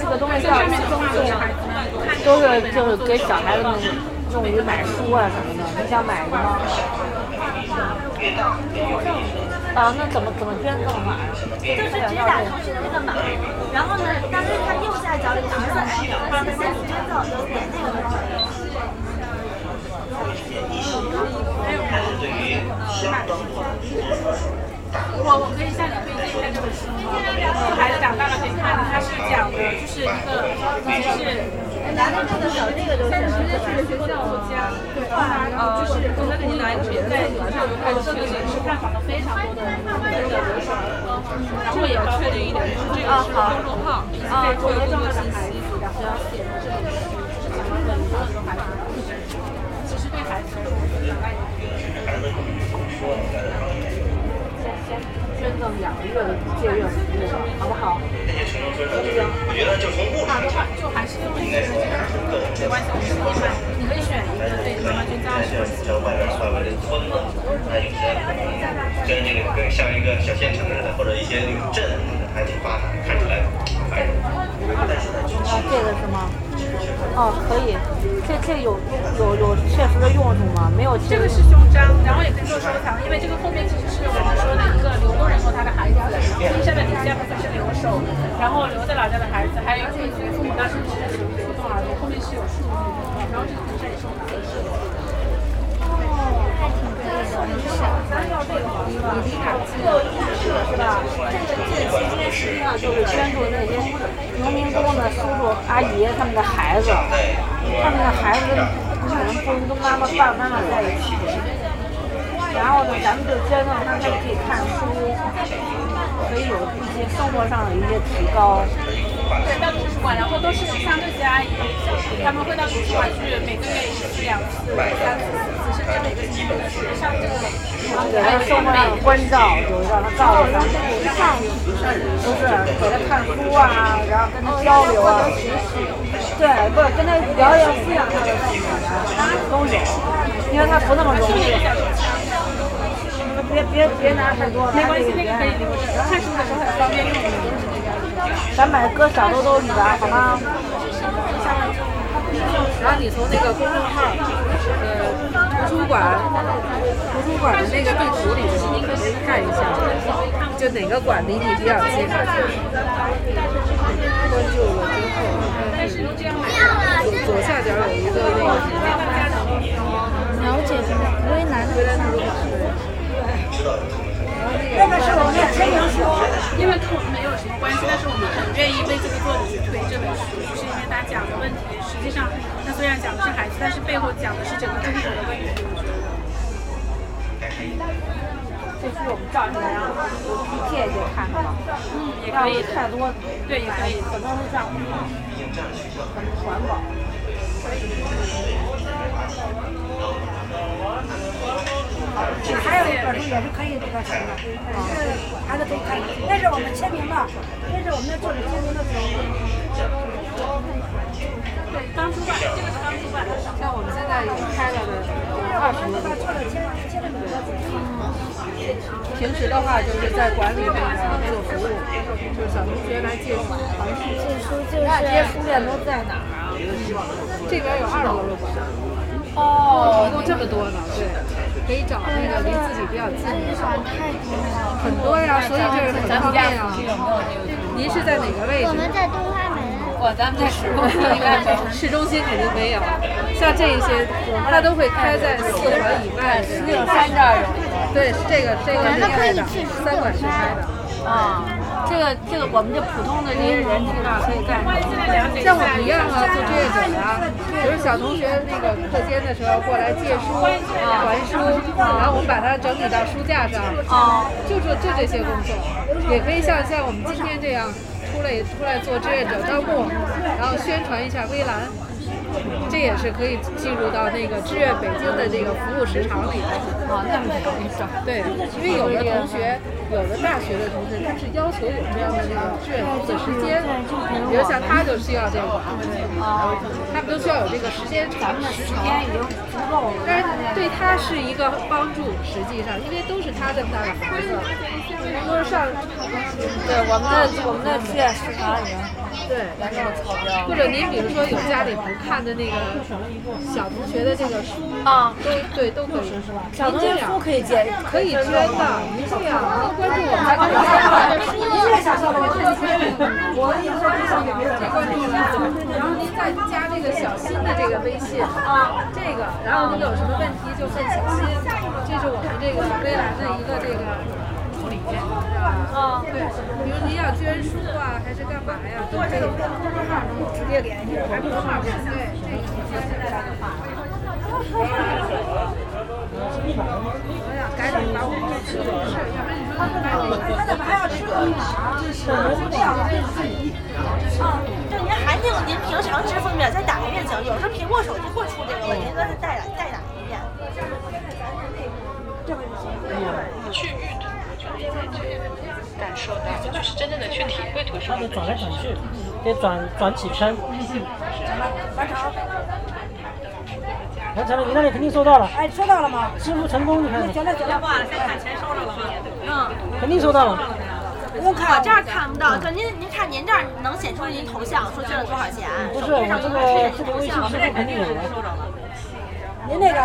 Speaker 8: 这个东西叫宗教，都是就是给小孩子弄用于买书啊什么的。你想买什么？啊，那怎么怎么捐赠法呀？
Speaker 5: 就是直接打通讯的那个码，然后呢，但是它右下角有一个按钮，让它先捐赠，有点那个东西。
Speaker 8: 我我可以向你推荐一下这本书吗？孩子长大了可以看的，它是讲的就是一个就是。
Speaker 5: 拿那个手，那个就是
Speaker 8: 但是直接去学校作家，对，呃，就是跟那个男主在网上看这个也是探访了非常多的人，然后也确定一点就是这个是公众号，啊，我们中的信息，然后写的这个是怎么的，其实对孩子来说，捐赠养育的借阅服务，好不好？我觉得就从故事就还是用一个没关系，我们可以买，你可以选一个对妈妈捐赠二十块钱。
Speaker 21: 跟那个跟像一个小县城似的，或者一些那个镇还挺发达，看
Speaker 5: 哦，可以。这这有有有确实的用处吗？没有确实。
Speaker 11: 这个是胸章，然后也可以做收藏，因为这个后面其实是我们说的一个流动人和他的孩子，亲生的底下部分是留守，然后留在老家的孩子，还有一部分是父母当时是属于流动儿童，后面是有数据的，然后这个可以是收藏的。
Speaker 5: 就是捐助那些农民工的叔叔阿姨他们的孩子，他们的孩子可能不能跟妈妈爸爸妈妈在一起，然后呢，咱们就捐赠他们可以看书，可以有一些生活上的一些提高。
Speaker 11: 对，到图书馆，然后都是像这些阿姨，他们会到图书馆去，每个月一次、两次、三次、四次，甚至每个星期的时上这个。
Speaker 5: 给他生活上的关照，就是让他照顾咱们，就是给他看书啊，然后跟他交流啊，对，不是跟他聊聊思想上的问题啊，都有，因为他不那么容易。别别别拿太多，
Speaker 11: 没关系，那个可以留着，看书的时候很方便用。
Speaker 5: 咱买搁小兜兜里边好吗？
Speaker 8: 然后你从那个公众号，呃，图书馆，图书馆的那个地图里头，你可以看一下，就哪个馆离你比较近。关注了之后，就左下角有一个那个
Speaker 1: 了解我也拿
Speaker 8: 回来图书馆。
Speaker 11: 那个是我们的知名书，因为跟我们没有什么关系，但是我们很愿意为这个作者去推这本书，就是因为他讲的问题，实际上他虽然讲的是孩子，但是背后讲的是整个中国的问题。
Speaker 5: 这书我们照下来，然后一页一页看看吧。嗯，
Speaker 11: 也可以
Speaker 5: 太多，
Speaker 11: 对，也可以，
Speaker 5: 怎么都是这样，很环保。
Speaker 14: 还有一本书也是可以那个什么的，是孩子可以看，那是我们签名的，那是我们的作者签名的书。
Speaker 11: 对，当书馆，这个是当书馆，
Speaker 8: 像我们现在已经开了的二十多个。平时的话就是在馆里面做服务，就是小同学来借书，好像是借书
Speaker 5: 就是
Speaker 8: 那这些书店都在哪儿啊？这边有二楼的馆。哦，一共这么多呢，对，可以找那个离自己比较近的，很多呀，所以这是很方便啊。您是在哪个位置？
Speaker 1: 我们在东华门。
Speaker 8: 哇，咱们在市中心，市中心肯定没有。像这一些，它都会开在四环以外的。
Speaker 22: 山这儿有。
Speaker 8: 对，这个这个
Speaker 22: 我们
Speaker 8: 是
Speaker 22: 可
Speaker 8: 开的
Speaker 22: 以去，
Speaker 8: 三馆是开的。
Speaker 5: 啊，这个这个我们这普通的这些人知道可以干什么？
Speaker 8: 像我们一样啊，做志愿者啊，比如小同学那个课间的时候过来借书、
Speaker 5: 啊
Speaker 8: 还书，然后我们把它整理到书架上，
Speaker 5: 哦
Speaker 8: 就做就这些工作，也可以像像我们今天这样出来出来做志愿者招募，然后宣传一下微蓝。这也是可以进入到那个志愿北京的这个服务时长里头。
Speaker 5: 啊，那么搞一下。
Speaker 8: 对，因为有的同学，有的大学的同学，他是要求有这样的那个志愿的时间，比如像他就需要这个，他们都需要有这个时间长的时长。但是对他是一个帮助，实际上，因为都是他这么大的孩子，都是上，对
Speaker 5: 我们的我们的志愿时长啊已经
Speaker 8: 对，然后或者您比如说有家里不看的那个小同学的这个书
Speaker 5: 啊，
Speaker 8: 都对都可以，
Speaker 5: 小同学书可以借，
Speaker 8: 可以捐的，对呀，您关注我们，关注
Speaker 14: 我一说这小女孩，
Speaker 8: 关注我们，然后您再加这个小新的这个微信啊，这个，然后您有什么问题就问小新，这是我们这个微蓝的一个这个。助理啊，对，比如您要捐书啊，还是干嘛呀？都可以直接联系，还不是号对，这个您现在打电话。我想赶紧把我们这个事儿，要不然你说你赶紧，
Speaker 14: 他怎么还要吃空调？这是这样的问题。啊，就您还那个，您平常吃封面再打一遍行，有时候苹果手机会出这个问题，那是再打再打一遍。这个就行。
Speaker 23: 去阅读，我觉得也在这感受到，就是真正的去体会图书
Speaker 6: 他
Speaker 23: 馆
Speaker 6: 得
Speaker 23: 的
Speaker 6: 转来转去，得转转几圈。完成了，你那里肯定收到了。
Speaker 14: 哎，收到了吗？
Speaker 6: 支付成功，你看，
Speaker 14: 行了行了，
Speaker 6: 肯定收到了。
Speaker 5: 不用看，我这儿看不到。就您您看您这儿能显出您头像，说捐了多少钱？
Speaker 24: 不是我这个这个微信支付肯定有了。
Speaker 14: 您那个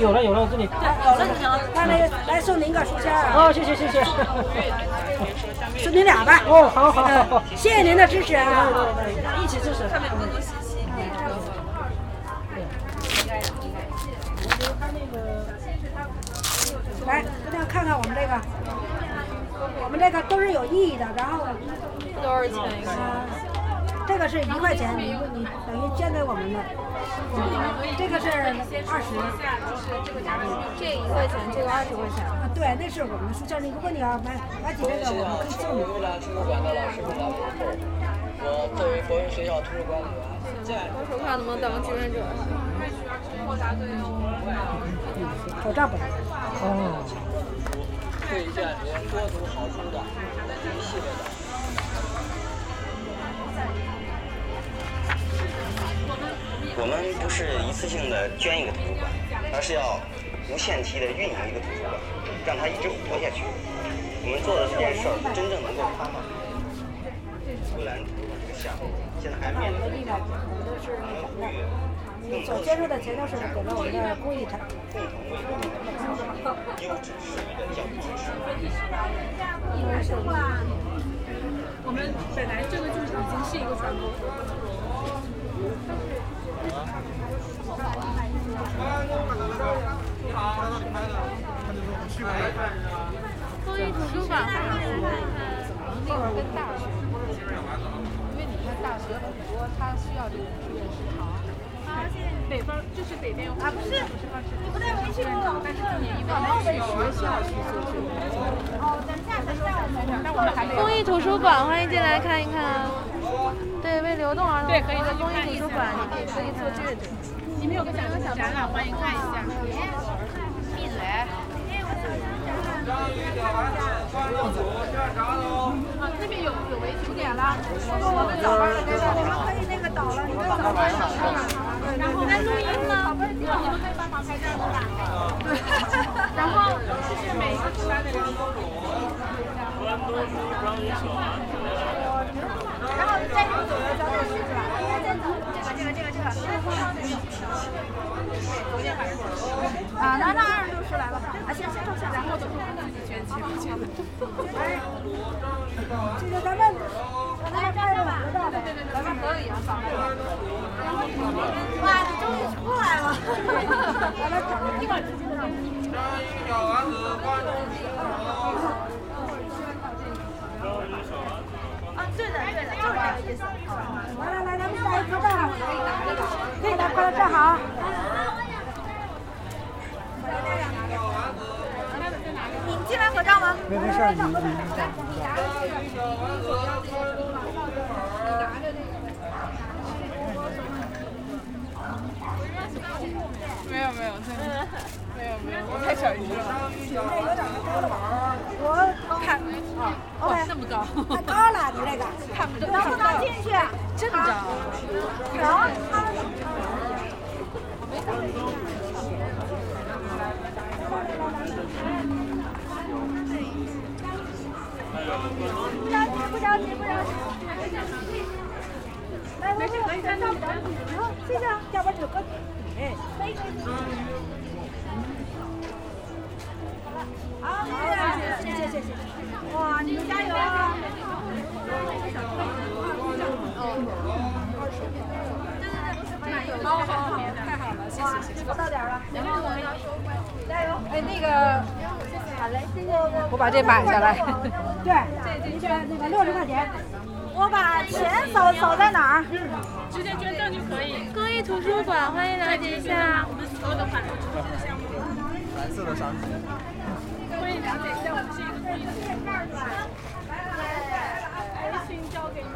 Speaker 24: 有了有了，我这里。
Speaker 14: 有了就行了。他那个呃来送您个书签啊！
Speaker 24: 哦，谢谢谢谢。
Speaker 14: 送您俩吧。呃
Speaker 24: 哦，好好好。
Speaker 14: 谢谢您的支持啊！
Speaker 24: 一起支持。上面有更多信息。
Speaker 14: 来，大家看看我们这个，我们这个都是有意义的。然后
Speaker 5: 多少钱一个？
Speaker 14: 这个是一块钱，你你等于捐给我们的。这个是二十，
Speaker 25: 这一块钱，这个二十块钱。
Speaker 14: 啊，对，那是我们书签。你如果你要买买几这个，我们可以送你。
Speaker 26: 为了图书馆的老师给到我后，我作为国营学校图书管理员，进来。
Speaker 25: 到时候看能不能当志愿者。
Speaker 14: 口罩不戴。
Speaker 26: 哦。推荐您多读好书的，一系列的。
Speaker 7: 我们不是一次性的捐一个图书馆，而是要无限期的运营一个图书馆，让它一直活下去。我们做的这件事儿真正能够帮到乌兰图书馆这个项目，现在还面临着一个
Speaker 14: 你所接触的全都是给了我们的公益产品。
Speaker 7: 优质书的教育支持。
Speaker 8: 我们本来这个就是已经是一个传播。
Speaker 11: 作为图书馆，那会儿跟大学，
Speaker 8: 因为你看大学很多，它需要这个志愿时长。北方就是北边有啊，不是不是方式，不对，没去过。但是今年因为是学校去做志愿，哦，等一下，等一下，等一下，但我们还没有。
Speaker 11: 公益图书馆，欢迎进来看一看啊。对，为流动儿童
Speaker 8: 对可以
Speaker 11: 和
Speaker 8: 再去
Speaker 11: 公益
Speaker 8: 看
Speaker 11: 图
Speaker 8: 一
Speaker 11: 书
Speaker 8: 下
Speaker 11: 馆，你可以可以做志愿者。
Speaker 8: 你们有个展览，展览欢迎看一下。
Speaker 11: 闭嘴。
Speaker 8: 啊，那边有有为九点了，我们早班的该到，我们可以那个倒了，你们早班的上了。然后还录音吗？你们可以帮忙拍照的吧？然后就是每一个值班的人都有。
Speaker 5: 然后再走走走走是吧？再走这个这个这个这个，
Speaker 8: 啊，那那二六十来了，啊，先先上下，然后都是我们自己捐钱，我觉得。
Speaker 14: 这个咱们，
Speaker 8: 来站着吧，对对对对，咱们合影，扫一下。
Speaker 5: 哇，你终于出来了！咱们一会儿直接啊，对的对的，就是这个意思。
Speaker 14: 来来来，咱们大家合照，可以来，快来站好。
Speaker 5: 你们进来合照吗？
Speaker 1: 没没事儿，你你
Speaker 8: 没有没有，对，没有没有，我太小一个了。
Speaker 14: 我
Speaker 8: 看，啊，
Speaker 14: 哦
Speaker 8: 这么高，
Speaker 14: 太高了，你这个
Speaker 8: 看不着，
Speaker 5: 能不能进去？
Speaker 8: 这么
Speaker 14: 啊
Speaker 8: 高。
Speaker 5: 然后不着急，不着急，不着急。来，没事，可以站，站不着急。好，谢谢。
Speaker 14: 要不然就搁哎，
Speaker 5: 可以，可以。好，谢谢，谢谢，谢谢。哇，你们加油啊！
Speaker 8: 好好好，太好了，谢谢谢谢。
Speaker 5: 到点了，
Speaker 8: 然后我们要收官。
Speaker 5: 加油！
Speaker 8: 哎，那个，
Speaker 5: 好嘞，谢谢。我
Speaker 8: 我把这买下来。
Speaker 14: 对，那个那个六十块钱，
Speaker 5: 我把钱扫扫在哪儿？
Speaker 8: 直接捐赠就可以。
Speaker 11: 公益图书馆，欢迎了解一下。
Speaker 8: 我们所有的款式都是这个项目。
Speaker 26: 蓝色的商品。
Speaker 8: 欢迎了解一下，我们是一个公益组织。来群交给你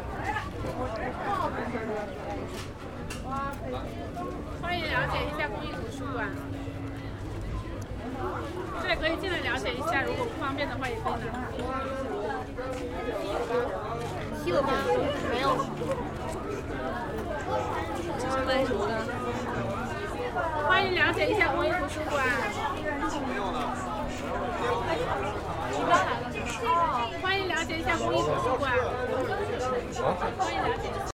Speaker 8: 欢迎了解一下公益图书馆。对，可以进来了解一下，如果不方便的话也可以拿。
Speaker 11: 有吗？没有。
Speaker 8: 欢迎了解一下公益图书馆。